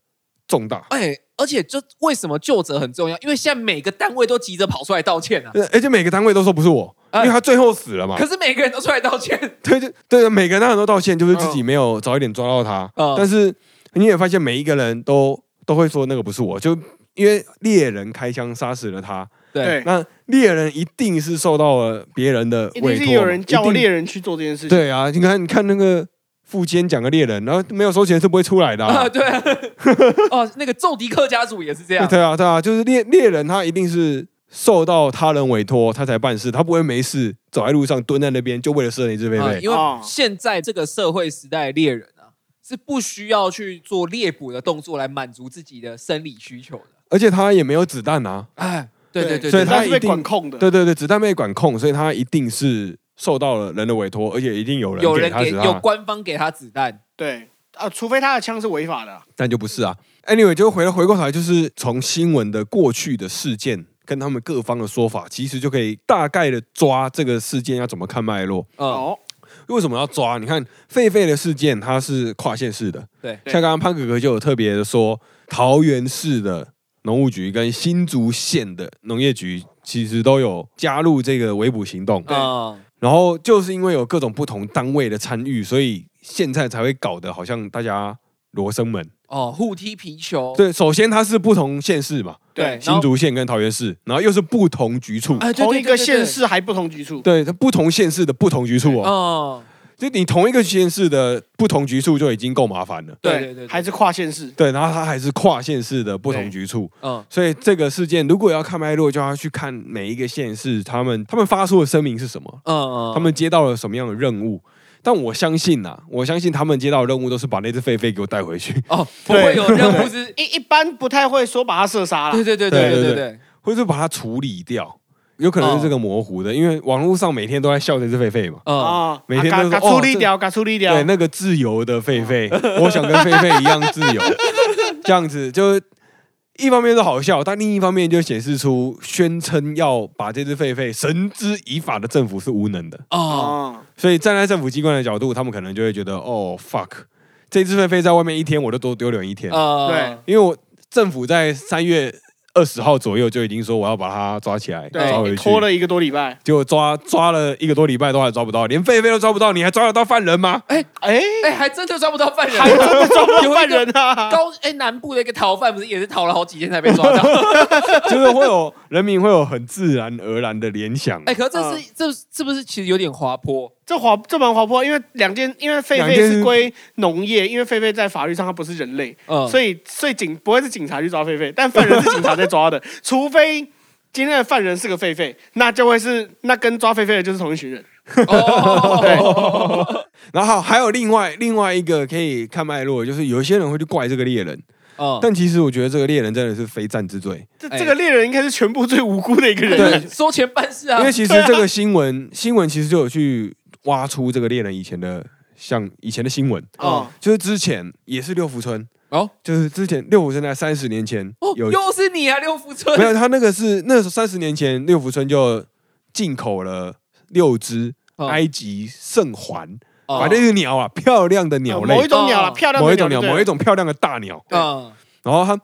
Speaker 1: 重大。
Speaker 2: 哎，而且就为什么就责很重要？因为现在每个单位都急着跑出来道歉啊，
Speaker 1: 呃而且每个单位都说不是我，因
Speaker 2: 哎
Speaker 1: 为他最后死了嘛。
Speaker 2: 可是每个人都出来道歉。
Speaker 1: 对，就对，每个人他都道歉，就是自己没有早一点抓到他。
Speaker 2: 嗯
Speaker 1: 但是你也发现，每一个人都都会说那个不是我，就因为猎人开枪杀死了他。
Speaker 2: 对，
Speaker 1: 那猎人一定是受到了别人的
Speaker 3: 一定
Speaker 1: 委托嘛，
Speaker 3: 是有人叫
Speaker 1: 一定
Speaker 3: 猎人去做这件事情。
Speaker 1: 对啊，你看，你看那个富坚讲个猎人，然后没有收钱是不会出来的、啊
Speaker 2: 啊，。对啊， 哦，那个宙迪克家族也是这样。
Speaker 1: 对啊，对啊，就是猎猎人，他一定是受到他人委托，他才办事，他不会没事走在路上蹲在那边，就为了射你只狒
Speaker 2: 啊
Speaker 1: 狒。
Speaker 2: 因为
Speaker 3: 哦
Speaker 2: 现在这个社会时代的猎人啊，是不需要去做猎捕的动作来满足自己的生理需求的。
Speaker 1: 而且他也没有子弹啊，
Speaker 2: 哎，对对对，
Speaker 1: 所以
Speaker 2: 对
Speaker 1: 他
Speaker 3: 是
Speaker 1: 一
Speaker 3: 被
Speaker 1: 定
Speaker 3: 管控的。
Speaker 1: 对对对，子弹被管控，所以他一定是受到了人的委托，而且一定有人
Speaker 2: 有
Speaker 1: 给
Speaker 2: 人
Speaker 1: 他
Speaker 2: 给
Speaker 1: 子
Speaker 2: 有
Speaker 1: 弹，
Speaker 2: 官方给他子弹，
Speaker 3: 对啊，除非他的枪是违法的啊。
Speaker 1: 但就不是啊。Anyway，就回回过头来，就是从新闻的过去的事件跟他们各方的说法，其实就可以大概的抓这个事件要怎么看脉络。
Speaker 2: 嗯，
Speaker 3: 哦，
Speaker 1: 为什么要抓？你看狒狒的事件，它是跨县市的，
Speaker 2: 对，
Speaker 3: 对
Speaker 1: 像刚刚潘哥哥就有特别的说，桃园市的农务局跟新竹县的农业局其实都有加入这个围捕行动。
Speaker 3: 对
Speaker 2: 嗯，
Speaker 1: 然后就是因为有各种不同单位的参与，所以现在才会搞得好像大家罗生门。
Speaker 2: 哦，互踢皮球，
Speaker 1: 对，首先它是不同县市嘛，
Speaker 2: 对
Speaker 3: 对，
Speaker 2: 哦然
Speaker 1: 新
Speaker 2: 后
Speaker 1: 竹县跟桃园市，然后又是不同局处，
Speaker 2: 哎，对
Speaker 3: 同一个县，
Speaker 2: 对对对对
Speaker 3: 市还不同局处。
Speaker 1: 对，它不同县市的不同局处
Speaker 2: 对
Speaker 1: 哦，
Speaker 2: 嗯，
Speaker 1: 就你同一个县市的不同局处就已经够麻烦了。
Speaker 2: 对对对对
Speaker 3: 还是跨县市。
Speaker 1: 对，然后它还是跨县市的不同局处，
Speaker 2: 嗯，
Speaker 1: 所以这个事件如果要看脉络，就要去看每一个县市他们他们发出的声明是什么。
Speaker 2: 嗯，
Speaker 1: 他们接到了什么样的任务。但我相信呐、我相信他们接到的任务都是把那只狒狒给我带回去，
Speaker 2: 哦，不会有任务是，
Speaker 3: 一一般不太会说把他射杀
Speaker 2: 对
Speaker 3: 了。
Speaker 2: 对对
Speaker 1: 对
Speaker 2: 对
Speaker 1: 对
Speaker 2: 对
Speaker 1: 对
Speaker 2: 对，
Speaker 1: 或者是把它处理掉。有可能是这个模糊的，因为网络上每天都在笑这只狒狒嘛。
Speaker 2: 嗯，
Speaker 3: 啊，
Speaker 1: 哦每天
Speaker 3: 啊
Speaker 1: 都
Speaker 3: 嘎
Speaker 1: 说
Speaker 3: 嘎处
Speaker 1: 哦
Speaker 3: 理
Speaker 1: 这
Speaker 3: 掉，嘎处理掉
Speaker 1: 对，。那个自由的狒狒，我想跟狒狒一样自由，这样子就一方面是好笑，但另一方面就显示出宣称要把这只狒狒绳之以法的政府是无能的。
Speaker 2: 哦，
Speaker 3: 哦，
Speaker 1: 所以站在政府机关的角度，他们可能就会觉得，哦，fuck，这只狒狒在外面一天，我都多丢脸一天。
Speaker 2: 呃，
Speaker 3: 对
Speaker 1: 因为我政府在三月二十号左右就已经说我要把它抓起来，抓
Speaker 3: 对，
Speaker 1: 回
Speaker 3: 你
Speaker 1: 去，
Speaker 3: 拖了一个多礼拜。
Speaker 1: 结果抓抓了一个多礼拜都还抓不到，连狒狒都抓不到，你还抓得到犯人吗？
Speaker 3: 哎，
Speaker 2: 哎，还真的抓不到犯人，
Speaker 3: 还真的抓不
Speaker 2: 有一
Speaker 3: 到
Speaker 2: 个
Speaker 3: 犯人啊！
Speaker 2: 高哎南部的一个逃犯不是也是逃了好几天才被抓到？
Speaker 1: 就是会有人民会有很自然而然的联想， 啊
Speaker 2: 哎，可是这是这是不是其实有点滑坡？
Speaker 3: 这滑这蛮滑坡，因为两件，因为狒
Speaker 1: 两
Speaker 3: 狒
Speaker 1: 件
Speaker 3: 是
Speaker 1: 是
Speaker 3: 归农业，因为狒狒在法律上它不是人类，
Speaker 1: 哦
Speaker 2: 嗯，
Speaker 3: 所以所以警不会是警察去抓狒狒，但犯人是警察 在抓的，除非今天的犯人是个狒狒，那就会是那跟抓狒狒的就是同一群人。
Speaker 2: 哦，
Speaker 1: 然后还有另外另外一个可以看脉络，就是有一些人会去怪这个猎人，
Speaker 2: 哦，
Speaker 1: 但其实我觉得这个猎人真的是非战之罪，
Speaker 3: 这
Speaker 2: 哎
Speaker 3: 这个猎人应该是全部最无辜的一个人。
Speaker 1: 对
Speaker 2: 收钱办事啊
Speaker 1: 因为，其实这个新 闻新闻其实就有去挖出这个猎人以前的像以前的新闻，
Speaker 3: 哦，
Speaker 1: 就是之前也是六福村，
Speaker 2: 哦
Speaker 1: 就是之前六福村在三十年前
Speaker 2: 哦，
Speaker 1: 有
Speaker 2: 又是你啊，六福村
Speaker 1: 没，有，他那个是那时候三十年前，六福村就进口了六只
Speaker 2: 哦
Speaker 1: 埃及圣环，
Speaker 2: 哦
Speaker 1: 反正就是鸟啊，漂亮的鸟
Speaker 3: 呃
Speaker 1: 类
Speaker 3: 某一，种鸟了，
Speaker 2: 哦
Speaker 3: 漂亮
Speaker 1: 某
Speaker 3: 的
Speaker 1: 一种鸟，
Speaker 3: 就对
Speaker 1: 某一种漂亮的大鸟。
Speaker 2: 嗯，
Speaker 1: 然后他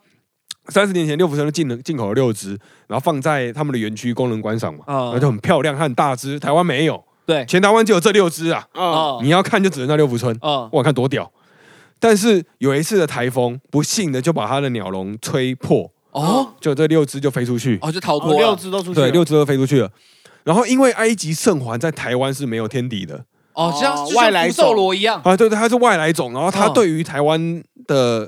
Speaker 1: 三十年前，六福村就进了进口了六只，然后放在他们的园区供人观赏嘛，
Speaker 2: 哦
Speaker 1: 然后就很漂亮，它很大只，台湾没有，
Speaker 2: 对，
Speaker 1: 全台湾只有这六只啊，
Speaker 3: 啊，
Speaker 2: 哦
Speaker 1: 你要看就只能在六福村，
Speaker 2: 哦
Speaker 1: 哇，看多屌！但是有一次的台风，不幸的就把它的鸟笼吹破，
Speaker 2: 哦
Speaker 1: 就这六只就飞出去，
Speaker 2: 哦，就逃
Speaker 3: 哦
Speaker 2: 脱
Speaker 3: 六
Speaker 2: 了，
Speaker 3: 只都出去了，
Speaker 1: 对，六只都飞出去了。然后因为埃及圣环在台湾是没有天敌的
Speaker 2: 哦，像
Speaker 3: 哦
Speaker 2: 就
Speaker 3: 外
Speaker 2: 像
Speaker 3: 来
Speaker 2: 福寿
Speaker 3: 种
Speaker 2: 螺一样，
Speaker 1: 啊，对对，它是外来种，然后它
Speaker 2: 哦
Speaker 1: 对于台湾的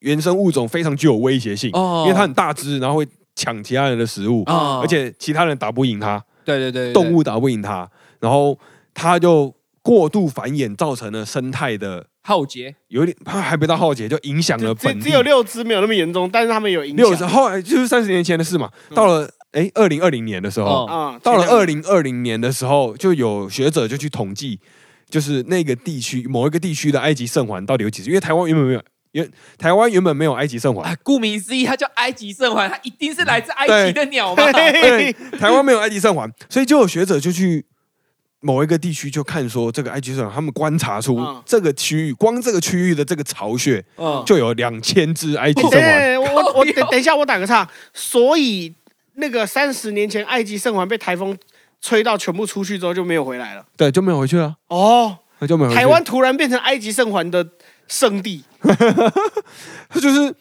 Speaker 1: 原生物种非常具有威胁性，
Speaker 2: 哦
Speaker 1: 因为它很大只，然后会抢其他人的食物，
Speaker 2: 哦
Speaker 1: 而且其他人打不赢它，
Speaker 2: 对对对，对
Speaker 1: 动物打不赢它，然后它就过度繁衍，造成了生态的
Speaker 2: 浩劫，
Speaker 1: 有一点，它还没到浩劫，就影响了
Speaker 3: 只只
Speaker 1: 本
Speaker 3: 只有
Speaker 1: 地
Speaker 3: 六只没有那么严重，但是他们有影
Speaker 1: 六十，
Speaker 3: 响啊
Speaker 1: 后来就是三十年前的事嘛，到了哎二零二零年的时候，
Speaker 2: 哦
Speaker 3: 啊。
Speaker 1: 到了
Speaker 3: 前两
Speaker 1: 二零二零年的时候，就有学者就去统计，就是那个地区某一个地区的埃及圣环到底有几只？因为台湾原本没有，原台湾原本没有埃及圣环，
Speaker 2: 啊，顾名思义，它叫埃及圣环，它一定是来自埃及的鸟
Speaker 1: 对，
Speaker 2: 嘛。
Speaker 1: 哎台湾没有埃及圣环，所以就有学者就去某一个地区就看说这个埃及圣环，他们观察出
Speaker 3: 嗯
Speaker 1: 这个区域，光这个区域的这个巢穴
Speaker 2: 嗯，
Speaker 1: 就有两千只埃及
Speaker 3: 等
Speaker 1: 圣
Speaker 3: 等
Speaker 1: 环。
Speaker 3: 等，哎我我
Speaker 2: 靠
Speaker 3: 我
Speaker 2: 腰
Speaker 3: 等等一下，我打个岔。所以那个三十年前埃及圣环被台风吹到全部出去之后就没有回来了。
Speaker 1: 对，就没有回去了，
Speaker 3: 哦，
Speaker 1: 那就没有回去。
Speaker 3: 台湾突然变成埃及圣环的圣地。
Speaker 1: 它就是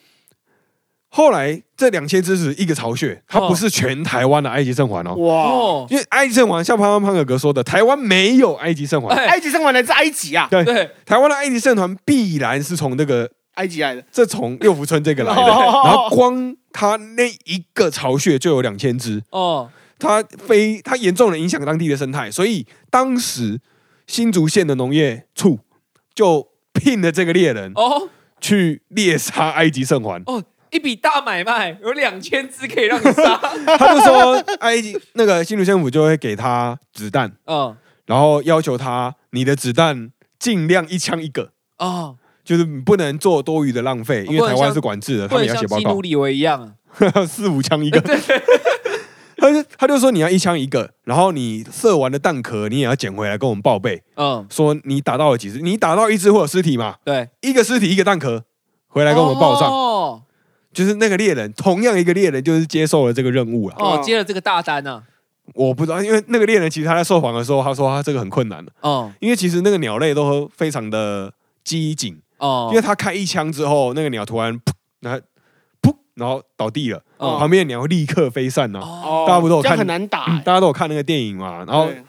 Speaker 1: 后来这两千只是一个巢穴，它
Speaker 2: 哦
Speaker 1: 不是全台湾的埃及圣环哦。
Speaker 3: 哇，
Speaker 2: 哦，
Speaker 1: 因为埃及圣环，像潘潘潘哥哥说的，台湾没有埃及圣环，
Speaker 2: 哎
Speaker 3: 埃及圣环来自埃及啊，
Speaker 2: 对，
Speaker 1: 台湾的埃及圣环必然是从这个
Speaker 3: 埃及来的。
Speaker 1: 这从六福村这个 来的。
Speaker 3: 哦
Speaker 1: 然后光它那一个巢穴就有两千只，
Speaker 2: 哦，
Speaker 1: 它非它严重的影响当地的生态，所以当时新竹县的农业处就聘了这个猎人
Speaker 2: 哦，
Speaker 1: 去猎杀埃及圣 环。
Speaker 2: 哦，一笔大买卖，有两千只可以让你杀。
Speaker 1: 他就说埃及那个新竹县政府就会给他子弹，
Speaker 2: 嗯，
Speaker 1: 然后要求他你的子弹尽量一枪一个。
Speaker 2: 哦，就是
Speaker 1: 就是不能做多余的浪费，因为台湾是管制的，他
Speaker 2: 哦不
Speaker 1: 们也
Speaker 2: 能
Speaker 1: 要写
Speaker 2: 像
Speaker 1: 报
Speaker 2: 基努里维一样啊
Speaker 1: 告，四五枪一个。 他就他就说你要一枪一个，然后你射完的弹壳你也要捡回来跟我们报备，
Speaker 2: 啊。嗯，
Speaker 1: 说你打到了几只，你打到一只会有尸体嘛，
Speaker 2: 对，
Speaker 1: 一个尸体一个弹壳，回来跟我们报账。
Speaker 2: 哦，
Speaker 1: 就是那个猎人，同样一个猎人就是接受了这个任务啊。
Speaker 2: 哦，接了这个大单呢。
Speaker 1: 我不知道，因为那个猎人其实他在受访的时候，他说他这个很困难的，
Speaker 2: 哦，
Speaker 1: 因为其实那个鸟类都非常的机警，
Speaker 2: 哦
Speaker 1: 因，为他开一枪之后，那个鸟突然噗，然后噗，然后倒地了，
Speaker 2: 哦
Speaker 1: 旁边的鸟立刻飞散了、
Speaker 2: 哦，
Speaker 3: 哦，
Speaker 1: 大家不都有
Speaker 3: 这样
Speaker 1: 看嗯
Speaker 3: 很难打欸。
Speaker 1: 大家都有看那个电影嘛，然后
Speaker 3: 对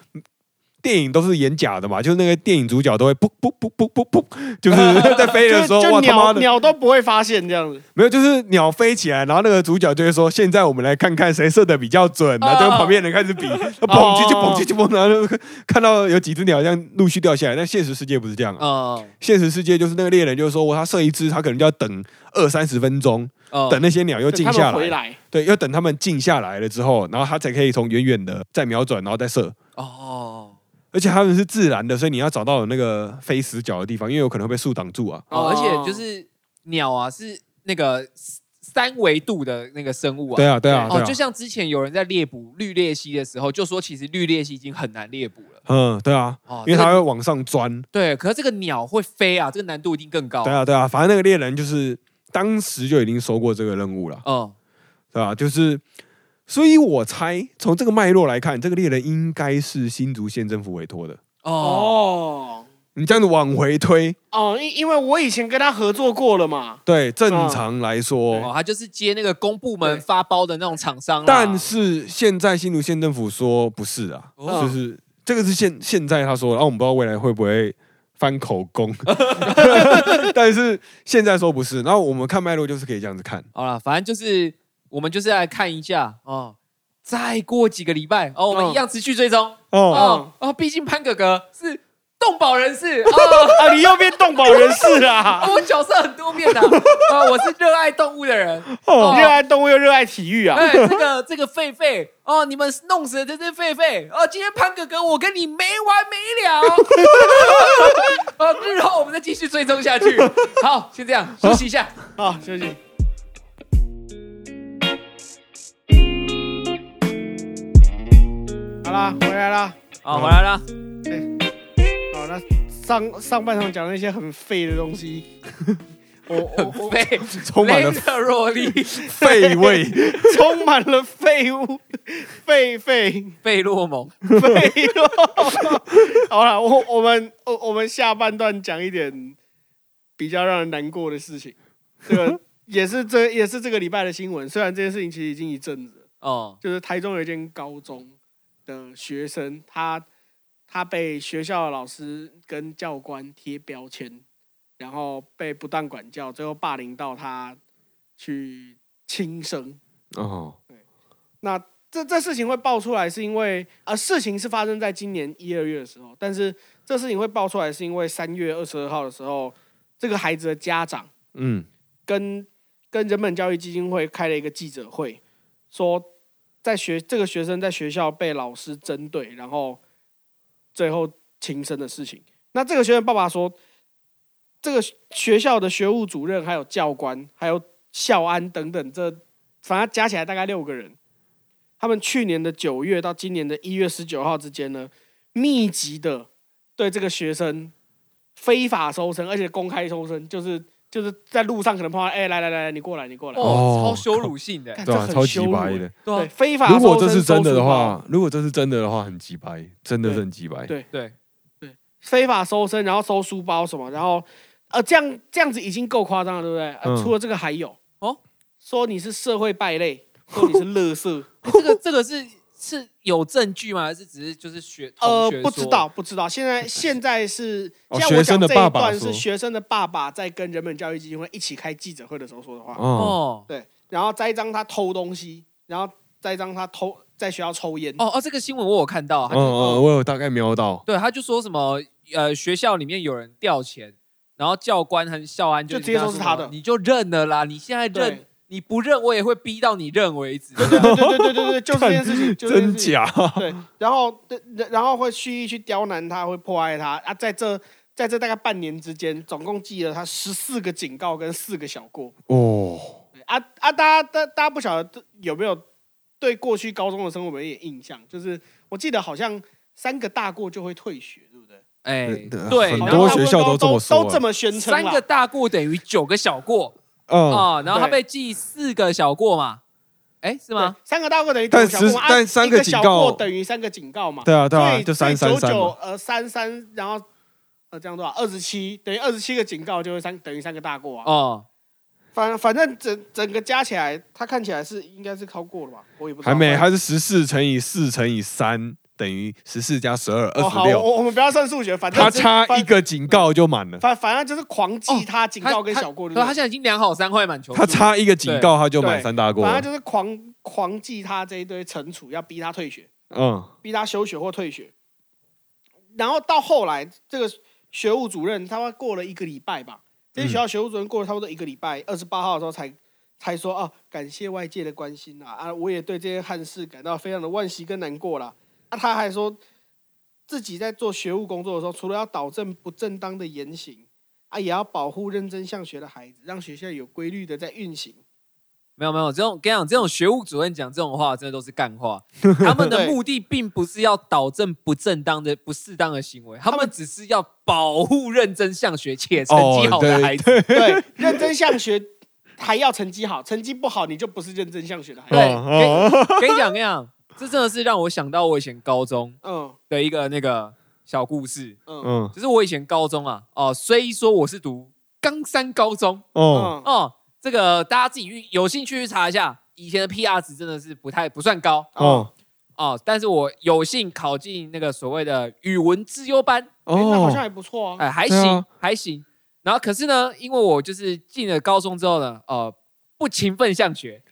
Speaker 1: 电影都是演假的嘛，就是那个电影主角都会噗噗噗噗噗噗， 就是 在飞的时候，
Speaker 3: 就就
Speaker 1: 哇他
Speaker 3: 鸟
Speaker 1: 妈的，
Speaker 3: 鸟都不会发现这样子。
Speaker 1: 没有，就是鸟飞起来，然后那个主角就会说，现在我们来看看谁射的比较准，然后就跟
Speaker 2: 哦
Speaker 1: 旁边人开始比，他嘣叽就嘣叽就嘣，然后就看到有几只鸟这样陆续掉下来，但现实世界不是这样啊。
Speaker 2: 哦，
Speaker 1: 现实世界就是那个猎人，就是说我他射一只，他可能就要等二三十分钟，
Speaker 2: 哦，
Speaker 1: 等那些鸟又静
Speaker 3: 他
Speaker 1: 下
Speaker 3: 们回
Speaker 1: 来，
Speaker 3: 来，
Speaker 1: 对，要等他们静下来了之后，然后他才可以从远远的再瞄准，然后再射。
Speaker 2: 哦，
Speaker 1: 而且他们是自然的，所以你要找到有那个飞死角的地方，因为有可能会被树挡住啊。
Speaker 2: 哦，而且就是鸟啊，是那个三维度的那个生物啊
Speaker 1: 对。啊，对啊，对
Speaker 2: 哦，
Speaker 1: 啊
Speaker 2: 就。像之前有人在猎捕绿鬣蜥的时候，就说其实绿鬣蜥已经很难猎捕了。
Speaker 1: 嗯，对啊，
Speaker 2: 哦，
Speaker 1: 因为
Speaker 2: 这
Speaker 1: 它
Speaker 2: 个
Speaker 1: 会往上钻。
Speaker 2: 对，可是这个鸟会飞啊，这个难度一定更高。
Speaker 1: 对啊，对啊，反正那个猎人就是当时就已经收过这个任务了，
Speaker 2: 嗯，
Speaker 1: 对吧、就是，所以我猜从这个脉络来看，这个猎人应该是新竹县政府委托的。
Speaker 2: 哦，
Speaker 3: 哦
Speaker 1: 你这样子往回推，
Speaker 3: 哦，因因为我以前跟他合作过了嘛。
Speaker 1: 对，正常来说，
Speaker 2: 哦，他就是接那个公部
Speaker 3: 对
Speaker 2: 门发包的那种厂商啦。
Speaker 1: 但是现在新竹县政府说不是啊，
Speaker 2: 哦
Speaker 1: 就是这个是现现在他说的，啊然、后我们不知道未来会不会翻口供， 但是现在说不是，然后我们看脉络就是可以这样子看，
Speaker 2: 好了，反正就是我们就是来看一下哦，再过几个礼拜，哦，我们
Speaker 3: 嗯
Speaker 2: 一样持续追踪。
Speaker 1: 哦，
Speaker 2: 哦哦，毕竟潘哥哥是动保人士哦，
Speaker 3: 啊，你又变动保人士啦！
Speaker 2: 啊我角色很多面的啊，我是热爱动物的人。
Speaker 1: 哦
Speaker 3: 热爱动物又热爱体育啊！
Speaker 2: 哎，这个这个狒狒哦，你们弄死了这只狒狒哦！今天潘哥哥，我跟你没完没了。哦，日后我们再继续追踪下去。好，先这样休息一下。
Speaker 3: 好，啊休息。好啦，回来啦。
Speaker 2: 好，回来了。
Speaker 3: 好，那上上半场讲了一些很废的东西，我我 我
Speaker 2: 狒，
Speaker 1: 充满了
Speaker 2: 雷特若 利，
Speaker 1: 废味，
Speaker 3: 充满了废物，废废
Speaker 2: 费洛蒙。
Speaker 3: 废物。好了，我我们我我们下半段讲一点比较让人难过的事情，这个也是这也是这个礼拜的新闻。虽然这件事情其实已经一阵子了，
Speaker 2: 哦，
Speaker 3: 就是台中有一间高中的学生，他他被学校的老师跟教官贴标签，然后被不当管教，最后霸凌到他去轻生。
Speaker 1: 哦，
Speaker 3: 那这这事情会爆出来，是因为啊、呃事情是发生在今年一二月的时候，但是这事情会爆出来，是因为三月二十二号的时候，这个孩子的家长
Speaker 1: 嗯，
Speaker 3: 跟跟人本教育基金会开了一个记者会，说在学这个学生在学校被老师针对，然后最后轻生的事情。那这个学生爸爸说，这个学校的学务主任、还有教官、还有校安等等，这反正加起来大概六个人，他们去年的九月到今年的一月十九号之间呢，密集的对这个学生非法搜身，而且公开搜身，就是就是在路上可能碰到，哎、来来来来，你过来，你过来，
Speaker 2: 哦，
Speaker 1: 哦
Speaker 2: 超羞辱性的。
Speaker 3: 干
Speaker 1: 对啊，
Speaker 3: 哎这
Speaker 1: 超
Speaker 3: 很
Speaker 1: 级
Speaker 3: 羞辱
Speaker 1: 白
Speaker 3: 欸
Speaker 1: 的。
Speaker 2: 对
Speaker 3: 对，
Speaker 2: 啊
Speaker 3: 非法
Speaker 1: 如果
Speaker 3: 搜
Speaker 1: 这
Speaker 3: 身
Speaker 1: 是真的的，
Speaker 3: 搜出包
Speaker 1: 话，如果这是真的的话，很鸡白，真的是
Speaker 3: 对
Speaker 1: 很鸡白。
Speaker 3: 对
Speaker 2: 对，
Speaker 3: 非法搜身，然后搜书包什么，然后呃，这样这样子已经够夸张了，对不对？呃
Speaker 1: 嗯
Speaker 3: 除了这个还有
Speaker 2: 哦，
Speaker 3: 说你是社会败类，说你是 垃圾，
Speaker 2: 欸这个这个是是有证据吗？还是只是就是学
Speaker 3: 呃
Speaker 2: 同学，
Speaker 3: 不知
Speaker 2: 说
Speaker 3: 道不知道。现在现在是，
Speaker 1: 哦
Speaker 3: 现在我
Speaker 1: 学生
Speaker 3: 讲
Speaker 1: 的
Speaker 3: 这
Speaker 1: 爸
Speaker 3: 一
Speaker 1: 爸
Speaker 3: 段
Speaker 1: 说
Speaker 3: 是学生的爸爸在跟人本教育基金会一起开记者会的时候说的话，
Speaker 1: 哦，
Speaker 2: 哦
Speaker 3: 对，然后栽赃他偷东西，然后栽赃他偷在学校抽烟，
Speaker 2: 哦哦，这个新闻我有看
Speaker 3: 哦
Speaker 2: 到，
Speaker 1: 嗯
Speaker 2: 他就
Speaker 1: 嗯，我有大概瞄到。
Speaker 2: 对他就说什么呃学校里面有人掉钱，然后教官和校安就
Speaker 3: 就直接
Speaker 2: 跟
Speaker 3: 说是他
Speaker 2: 什么
Speaker 3: 的
Speaker 2: 你就认了啦，你现在认
Speaker 3: 对，
Speaker 2: 你不认我也会逼到你认为止。
Speaker 3: 对对对对对对对，就是这件事情，就是 这件
Speaker 1: 真
Speaker 3: 事情。
Speaker 1: 假？
Speaker 3: 对，然后对然然后会蓄意去刁难他，会迫害他啊，在这在这大概半年之间，总共记了他十四个警告跟四个小过。
Speaker 1: 哦，
Speaker 3: 对啊啊，大家大大家不晓得有没有对过去高中的生活有一点印象？就是我记得好像三个大过就会退学，对不对？
Speaker 2: 哎，
Speaker 1: 呃
Speaker 2: 对，
Speaker 1: 很
Speaker 2: 然
Speaker 1: 多
Speaker 2: 后
Speaker 3: 他
Speaker 1: 学
Speaker 3: 们
Speaker 1: 校
Speaker 3: 都
Speaker 1: 都这么说啊
Speaker 3: 都这么宣称
Speaker 2: 三
Speaker 3: 啦
Speaker 2: 个大过等于九个小过
Speaker 3: 哦
Speaker 1: 嗯，
Speaker 2: 啊，然后他
Speaker 3: 对
Speaker 2: 被记四个小过嘛，哎是吗？
Speaker 3: 对三个大过等于九
Speaker 1: 但
Speaker 3: 个小过
Speaker 1: 十
Speaker 3: 嘛，啊
Speaker 1: 但三
Speaker 3: 一
Speaker 1: 个
Speaker 3: 个
Speaker 1: 警
Speaker 3: 小
Speaker 1: 告
Speaker 3: 过等于三个警告嘛。
Speaker 1: 对啊，对啊，
Speaker 3: 对，
Speaker 1: 就三三
Speaker 3: 九
Speaker 1: 三
Speaker 3: 九
Speaker 1: 嘛。
Speaker 3: 呃三三，然后呃这样多少？二十七等于二十七个警告就会三等于三个大过啊。
Speaker 2: 哦，
Speaker 3: 反反正整整个加起来，它看起来是应该是超过了吧？我也不知道哦
Speaker 1: 还没，
Speaker 3: 反正
Speaker 1: 它是十四乘以四乘以三等于十四加十二，
Speaker 3: 哦
Speaker 1: 二
Speaker 3: 好，
Speaker 1: 十六。
Speaker 3: 我我们不要算数学，反正
Speaker 1: 他
Speaker 3: 是
Speaker 1: 差一
Speaker 3: 反
Speaker 1: 个警告就满了，
Speaker 3: 反反正就是狂
Speaker 2: 哦
Speaker 3: 记他警
Speaker 2: 他
Speaker 3: 告跟
Speaker 2: 他
Speaker 3: 小过，对
Speaker 2: 对，
Speaker 3: 不
Speaker 2: 他现在已经量好三坏满球数
Speaker 1: 他
Speaker 2: 了，
Speaker 1: 差一个警告他就满
Speaker 3: 对
Speaker 1: 三大
Speaker 3: 对？
Speaker 1: 过
Speaker 3: 反正
Speaker 1: 了。
Speaker 3: 就是狂狂记他这一堆惩处，要逼他退学。
Speaker 1: 嗯，
Speaker 3: 逼他休学或退学。然后到后来，这个学务主任他妈过了一个礼拜吧，这些学校学务主任过了差不多一个礼拜，二十八号的时候才才说啊，感谢外界的关心啊，啊，我也对这些憾事感到非常的惋惜跟难过啦。啊，他还说自己在做学务工作的时候，除了要导正不正当的言行。啊，也要保护认真向学的孩子，让学校有规律的在运行。
Speaker 2: 没有没有，这种跟你讲，这种学务主任讲这种话，真的都是干话。他们的
Speaker 3: 对
Speaker 2: 目的并不是要导正不正当的、不适当的行为，他们只是要保护认真向学且成绩好的孩子。
Speaker 3: 对，认真向学还要成绩好，成绩不好你就不是认真向学的孩子。
Speaker 2: 对
Speaker 1: 哦哦
Speaker 2: 跟你讲，跟你讲，这真的是让我想到我以前高中
Speaker 3: 嗯
Speaker 2: 的一个那个小故事。
Speaker 3: 嗯
Speaker 1: 嗯
Speaker 2: 就是我以前高中啊，哦，虽说我是读冈山高中，
Speaker 1: 哦，
Speaker 3: 嗯
Speaker 2: 哦，这个大家自己去有兴趣去查一下，以前的 PR 值真的是不太不算高。
Speaker 3: 嗯
Speaker 1: 哦
Speaker 2: 哦，但是我有幸考进那个所谓的语文资优班，
Speaker 3: 诶那好像
Speaker 1: 哦，
Speaker 3: 还不错啊。
Speaker 2: 哎，还
Speaker 1: 对
Speaker 2: 行、
Speaker 1: 啊
Speaker 2: 还行。然后可是呢，因为我就是进了高中之后呢，呃，不勤奋向 学，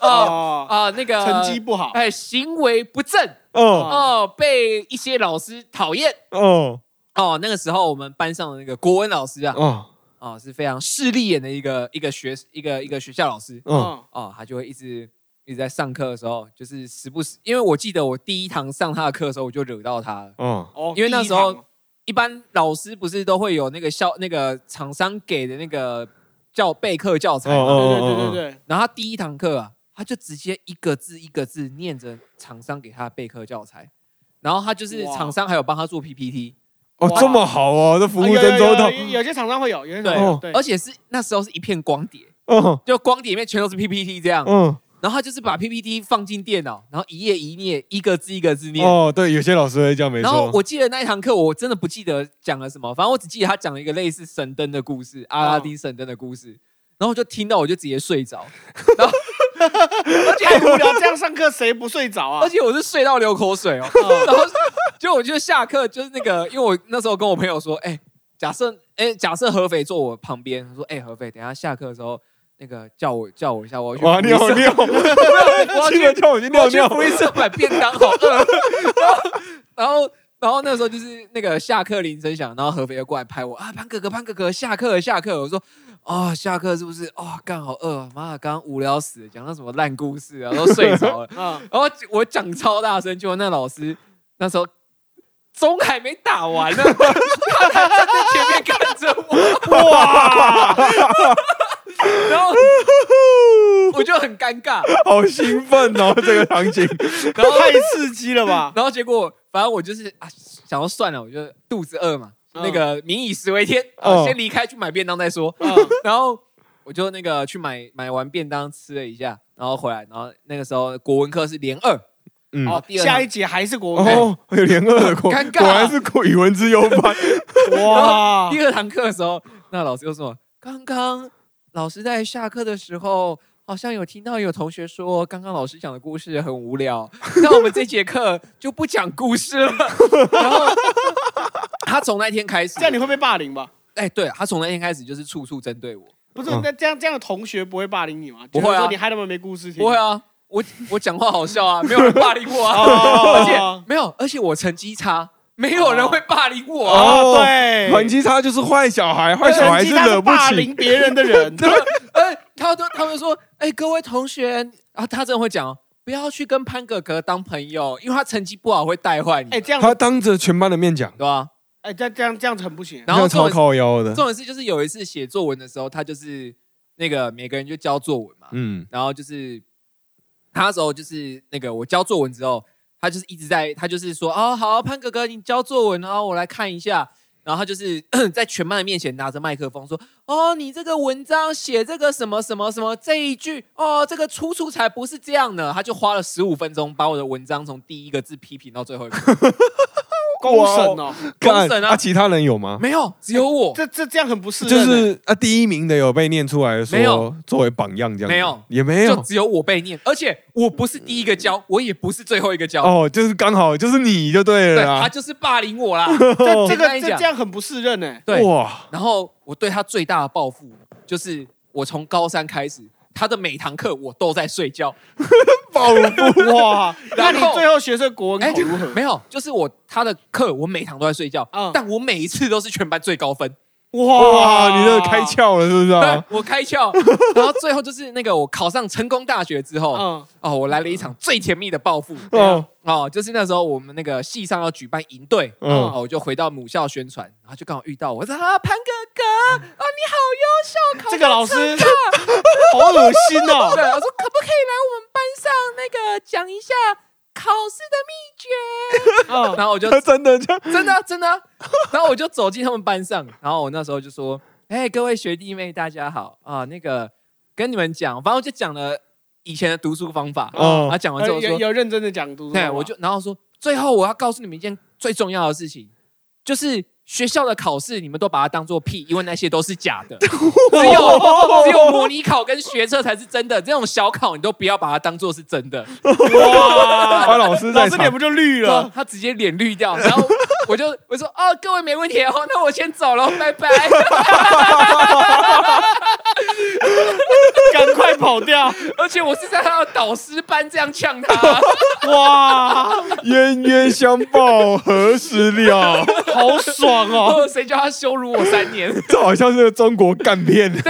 Speaker 2: 哦
Speaker 3: 哦，
Speaker 2: 啊，那个
Speaker 3: 成绩不好，
Speaker 2: 哎，行为不正
Speaker 1: 哦
Speaker 2: 哦，被一些老师讨厌
Speaker 1: 哦
Speaker 2: 哦。那个时候我们班上的那个国文老师啊，
Speaker 1: 哦
Speaker 2: 哦，是非常势利眼的一个一个学一个一个学校老师
Speaker 1: 哦
Speaker 3: 嗯
Speaker 2: 哦，他就会一直一直在上课的时候，就是时不时，因为我记得我第一堂上他的课的时候，我就惹到他了。
Speaker 1: 哦
Speaker 3: 哦
Speaker 2: 因为那时候
Speaker 3: 第一堂
Speaker 2: 一般老师不是都会有那个校那个厂商给的那个教备课教材吗？
Speaker 1: 哦哦
Speaker 3: 对对对对对，
Speaker 2: 然后他第一堂课啊，他就直接一个字一个字念着厂商给他的备课教材，然后他就是
Speaker 3: 哇
Speaker 2: 厂商还有帮他做 PPT，
Speaker 1: 哦，这么好哦，这服务真周到
Speaker 3: 啊有有有有些厂商会有，有些厂商
Speaker 1: 对
Speaker 3: 有
Speaker 1: 哦
Speaker 3: 对，
Speaker 2: 而且是那时候是一片光碟，
Speaker 1: 哦
Speaker 2: 就光碟里面全都是 PPT 这样，
Speaker 1: 嗯
Speaker 2: 然后他就是把 PPT 放进电脑，然后一页一页一个字一个字念。
Speaker 1: 哦，对，有些老师会这样没
Speaker 2: 然后
Speaker 1: 错，
Speaker 2: 我记得那一堂课，我真的不记得讲了什么，反正我只记得他讲了一个类似神灯的故
Speaker 1: 哦
Speaker 2: 事，阿拉丁神灯的故事，然后我就听到我就直接睡着，
Speaker 1: 哦
Speaker 2: 然后而且
Speaker 3: 哎太无聊，这样上课谁不睡着啊。
Speaker 2: 而？且我是睡到流口水哦，然后就我就下课就是那个，因为我那时候跟我朋友说，哎、假设哎、假设合肥坐我旁边，他说，哎、合肥，等一下下课的时候那个叫我叫我一下，我要去
Speaker 1: 哇，
Speaker 2: 福
Speaker 1: 你
Speaker 2: 利
Speaker 1: 好
Speaker 2: 社
Speaker 1: 尿，
Speaker 2: 我要
Speaker 1: 这个
Speaker 2: 去
Speaker 1: 叫我去
Speaker 2: 我
Speaker 1: 尿
Speaker 2: 要去
Speaker 1: 尿
Speaker 2: 福利社买便当，好饿。然后，然后那时候就是那个下课铃声响，然后合肥又过来拍我啊，潘哥哥，潘哥哥，下课了，下课了。我说啊、下课是不是？哦，干好饿啊，妈，刚刚无聊死了，讲到什么烂故事啊，然后睡着了
Speaker 3: 嗯，
Speaker 2: 然后我讲超大声，结果那老师那时候钟还没打完呢， 他还站在前面看着我，
Speaker 3: 哇，
Speaker 2: 然后我就很尴尬，
Speaker 1: 好兴奋哦，这个场景，
Speaker 2: 然后
Speaker 3: 太刺激 了吧？
Speaker 2: 然后结果，反正我就是啊，想要算了，我就肚子饿嘛，
Speaker 3: 嗯
Speaker 2: 那个民以食为天，
Speaker 1: 哦
Speaker 2: 啊，先离开去买便当再说。
Speaker 3: 嗯
Speaker 2: 然后我就那个去买买完便当吃了一下，然后回来，然后那个时候国文课是连二，
Speaker 1: 嗯，
Speaker 3: 哦，
Speaker 2: 第二
Speaker 3: 下一节还是国文，
Speaker 1: 哦，有连二的果，
Speaker 2: 尴尬
Speaker 1: 果然是国语文之优班，
Speaker 3: 哇，
Speaker 2: 第二堂课的时候，那老师又说，刚刚老师在下课的时候。好像有听到有同学说，刚刚老师讲的故事很无聊，那我们这节课就不讲故事了。 然后他从那天开始，
Speaker 3: 这样你会被霸凌吧？
Speaker 2: 哎、对他从那天开始就是处处针对我。
Speaker 3: 不是
Speaker 1: 嗯，
Speaker 3: 那这样这样的同学不会霸凌你吗？
Speaker 2: 不会啊
Speaker 3: 就是说你害他们没故事听。
Speaker 2: 不会啊，我我讲话好笑啊，没有人霸凌我
Speaker 3: 哦，
Speaker 2: 啊，而且
Speaker 3: 哦
Speaker 2: 没有，而且我成绩差，没有人会霸凌我啊。
Speaker 1: 哦
Speaker 3: 哦，对，
Speaker 1: 成绩差就是坏小孩，坏小孩
Speaker 3: 成绩他
Speaker 1: 惹
Speaker 3: 是
Speaker 1: 不
Speaker 3: 霸
Speaker 1: 起，
Speaker 3: 凌别人 的人。
Speaker 2: 哎、他都他们说，哎、各位同学啊，他真的会讲哦，不要去跟潘哥哥当朋友，因为他成绩不好会带坏你，
Speaker 3: 哎，这样，
Speaker 1: 他当着全班的面讲，
Speaker 2: 对吧？
Speaker 3: 哎，这样这样这样子很不行。
Speaker 2: 然后
Speaker 1: 这样超
Speaker 2: 重点是
Speaker 1: 靠腰的
Speaker 2: 重，点是就是有一次写作文的时候，他就是那个每个人就交作文嘛，
Speaker 1: 嗯，
Speaker 2: 然后就是他那时候就是那个我交作文之后，他就是一直在，他就是说哦好，潘哥哥你交作文哦，我来看一下。然后他就是 在全班的面前拿着麦克风说：“哦，你这个文章写这个什么什么什么这一句，哦，这个出处才不是这样呢。”他就花了十五分钟把我的文章从第一个字批评到最后一个，
Speaker 3: 公审哦，
Speaker 2: 公审啊
Speaker 1: 干其他人有吗？
Speaker 2: 没有，只有 我。
Speaker 3: 这这这样很不是欸人。
Speaker 1: 就是啊，第一名的有被念出来
Speaker 2: 没
Speaker 1: 说
Speaker 2: 有
Speaker 1: 作为榜样这样子，
Speaker 2: 没有
Speaker 1: 也没
Speaker 2: 就
Speaker 1: 有
Speaker 2: 只有我被念，而且我不是第一个教，我也不是最后一个教，
Speaker 1: 哦，就是刚好就是你就对啊
Speaker 2: 对
Speaker 1: 了
Speaker 2: 他
Speaker 1: 啦，
Speaker 2: 就是霸凌我啦。
Speaker 3: 这这
Speaker 2: 我跟
Speaker 3: 个
Speaker 2: 你
Speaker 3: 这
Speaker 2: 讲
Speaker 3: 这样很不是人 哎。
Speaker 2: 对，
Speaker 1: 哇，
Speaker 2: 然后我对他最大的报复就是，我从高三开始，他的每堂课我都在睡觉。
Speaker 1: 暴富
Speaker 3: 哇，那
Speaker 2: 然后
Speaker 3: 你最后学哎这国文考
Speaker 2: 就
Speaker 3: 如何？
Speaker 2: 哎没有，就是我他的课我每堂都在睡觉，
Speaker 3: 嗯
Speaker 2: 但我每一次都是全班最高分。
Speaker 1: 哇，你这开。窍了是不
Speaker 3: 嗯
Speaker 1: 是啊？
Speaker 2: 对，我开 窍。然后最后就是那个我考上成功大学之后，
Speaker 3: 嗯，
Speaker 2: 哦，我来了一场最甜蜜的报复。
Speaker 3: 对啊
Speaker 2: 哦，就是那时候我们那个系上要举办营队，
Speaker 1: 嗯
Speaker 2: 哦，我就回到母校宣传，然后就刚好遇到我，我说啊，潘哥哥，啊，你好优秀，考
Speaker 3: 这个
Speaker 2: 上
Speaker 3: 老师
Speaker 2: 成
Speaker 3: 好恶心 哦
Speaker 2: 对，。我说可不可以来我们班上那个讲一下考试的秘诀？
Speaker 3: 嗯
Speaker 2: 然后我 就
Speaker 1: 他 真的这样，
Speaker 2: 真的啊真的啊，然后我就走进他们班上，然后我那时候就说：“哎、各位学弟妹，大家好啊，那个跟你们讲，反正我就讲了以前的读书方法，
Speaker 1: 哦
Speaker 2: 然后讲完之后
Speaker 3: 呃有
Speaker 2: 说，
Speaker 3: 有认真的讲读书吗，
Speaker 2: 对，我就然后说，最后我要告诉你们一件最重要的事情，就是。”学校的考试，你们都把它当做屁，因为那些都是假 的，只有只有模拟考跟学测才是真的。这种小考你都不要把它当做是真的。
Speaker 1: 哇，老师
Speaker 3: 老
Speaker 1: 在
Speaker 3: 师
Speaker 1: 场
Speaker 3: 脸不就 绿了？
Speaker 2: 他直接脸绿掉，然后我就我说哦，各位没问题哦，那我先 走了，拜拜。
Speaker 3: 赶快快跑掉！
Speaker 2: 而且我是在他的导师班这样呛 他，
Speaker 3: 哇，
Speaker 1: 冤冤相报何时了？
Speaker 3: 好 爽哦！
Speaker 2: 谁叫他羞辱我三年？
Speaker 1: 这好像是个中国干片，
Speaker 3: 哎，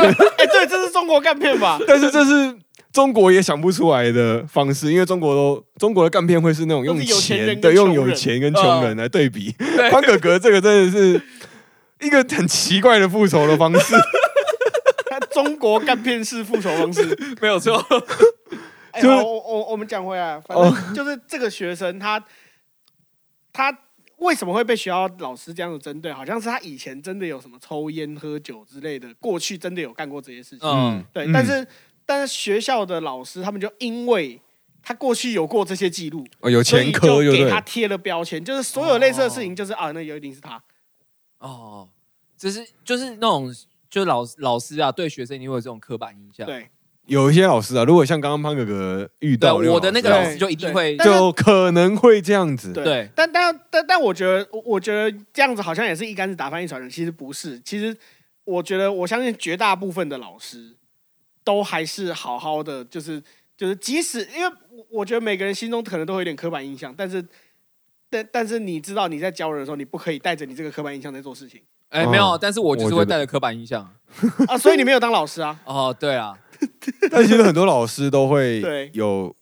Speaker 3: 对，这是中国干片吧？
Speaker 1: 但是这是中国也想不出来的方式，因为中国都中国的干片会是那种用
Speaker 3: 都是有钱人
Speaker 1: 对，
Speaker 3: 跟穷
Speaker 1: 用
Speaker 3: 人嗯
Speaker 1: 有钱跟穷人来对 比。
Speaker 2: 对
Speaker 1: 潘哥哥这个真的是一个很奇怪的复仇的方 式，
Speaker 3: 中国干片式复仇方式。
Speaker 2: 没有错，
Speaker 3: 哎，
Speaker 1: 就是哦
Speaker 3: 好我我我们讲回来，反正 就是这个学生他他为什么会被学校老师这样子针对？好像是他以前真的有什么抽烟、喝酒之类的，过去真的有干过这些事情。
Speaker 2: 嗯，
Speaker 3: 对，
Speaker 1: 嗯
Speaker 3: 但是但是学校的老师他们就因为他过去有过这些记录，
Speaker 1: 哦有
Speaker 3: 所以
Speaker 1: 前科
Speaker 3: 就
Speaker 1: 对不
Speaker 3: 给他
Speaker 1: 对？
Speaker 3: 贴了标签，就是所有类似的事情，就是啊，那有一定是他。
Speaker 2: 哦，只是就是那种，就老老师啊，对学生一定会有这种刻板印象。
Speaker 3: 对，
Speaker 1: 有一些老师啊，如果像刚刚潘哥哥遇
Speaker 2: 对，
Speaker 1: 到
Speaker 2: 我的那个
Speaker 1: 老
Speaker 2: 老
Speaker 1: 师
Speaker 2: 师就一定会
Speaker 3: 啊对但是
Speaker 1: 就可能会这样子，
Speaker 3: 对
Speaker 2: 对
Speaker 3: 但但但但我觉得，我我觉得这样子好像也是一竿子打翻一船人，其实不是。其实我觉得，我相信绝大部分的老师都还是好好的，就是就是，即使因为我我觉得每个人心中可能都会有点刻板印象，但是但但是你知道你在教人的时候，你不可以带着你这个刻板印象在做事情
Speaker 2: 哎
Speaker 1: 嗯
Speaker 2: 没有，但是我就是
Speaker 1: 我觉
Speaker 2: 会
Speaker 1: 得
Speaker 2: 带着刻板印象。
Speaker 3: 啊，所以你没有当老师啊。
Speaker 2: 哦，对啊，
Speaker 1: 但其实很多老师都会
Speaker 3: 对
Speaker 1: 有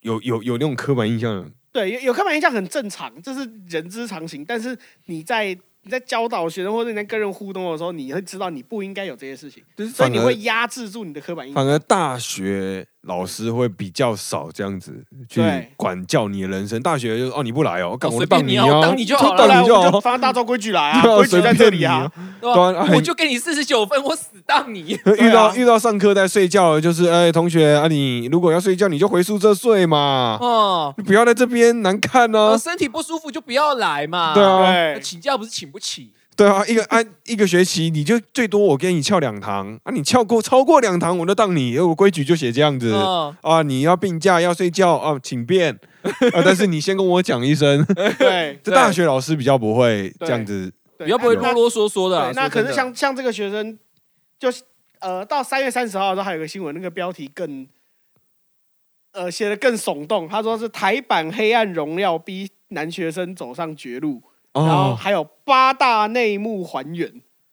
Speaker 1: 有有有那种刻板印象的，
Speaker 3: 对，有有刻板印象很正常，这是人之常情。但是你在你在教导学生或者你在跟人互动的时候，你会知道你不应该有这些事情，
Speaker 1: 就是
Speaker 3: 所以
Speaker 1: 反
Speaker 3: 你
Speaker 1: 而
Speaker 3: 会压制住你的刻板印象。
Speaker 1: 反而大学老师会比较少这样子去
Speaker 3: 对
Speaker 1: 管教你的人生。大学就是哦你不来哦，干我
Speaker 2: 随
Speaker 1: 就
Speaker 2: 便
Speaker 1: 当
Speaker 2: 你啊
Speaker 1: 啊，
Speaker 2: 我当你就好了
Speaker 3: 后来
Speaker 1: 当你
Speaker 3: 我们就
Speaker 1: 好，
Speaker 3: 放按大照规矩来 啊，
Speaker 1: 对啊
Speaker 3: 规矩在这里啊。
Speaker 2: 对
Speaker 1: 对啊
Speaker 2: 吧
Speaker 1: 哎
Speaker 2: 我就给你四十九分，我死当你。
Speaker 1: 随便你啊。遇
Speaker 3: 对啊
Speaker 1: 到遇到上课在睡觉了，就是哎同学啊，你如果要睡觉你就回宿舍睡嘛，
Speaker 2: 哦，
Speaker 1: 你不要在这边难哦看
Speaker 2: 我
Speaker 1: 呢。
Speaker 2: 身体不舒服就不要来嘛。
Speaker 1: 啊对啊
Speaker 3: 对，
Speaker 2: 请假不是请不起。
Speaker 1: 对啊，一个按一个学期你就最多我给你翘两堂啊，你翘过超过两堂我就当你，我规矩就写这样子。
Speaker 2: 嗯，
Speaker 1: 啊，你要病假要睡觉啊，请便啊，但是你先跟我讲一声。
Speaker 3: 对
Speaker 1: 这大学老师比较不会这样子，
Speaker 3: 对，
Speaker 2: 你要不会
Speaker 1: 那
Speaker 2: 啰啰嗦嗦的啊
Speaker 3: 对，。那
Speaker 2: 说
Speaker 3: 可
Speaker 2: 真
Speaker 3: 是
Speaker 2: 的
Speaker 3: 像像这个学生，就是呃，到三月三十号的时候，还有个新闻，那个标题更呃写的更耸动，他说是台版《黑暗荣耀》逼男学生走上绝路，然后
Speaker 1: 哦
Speaker 3: 还有八大内幕还原。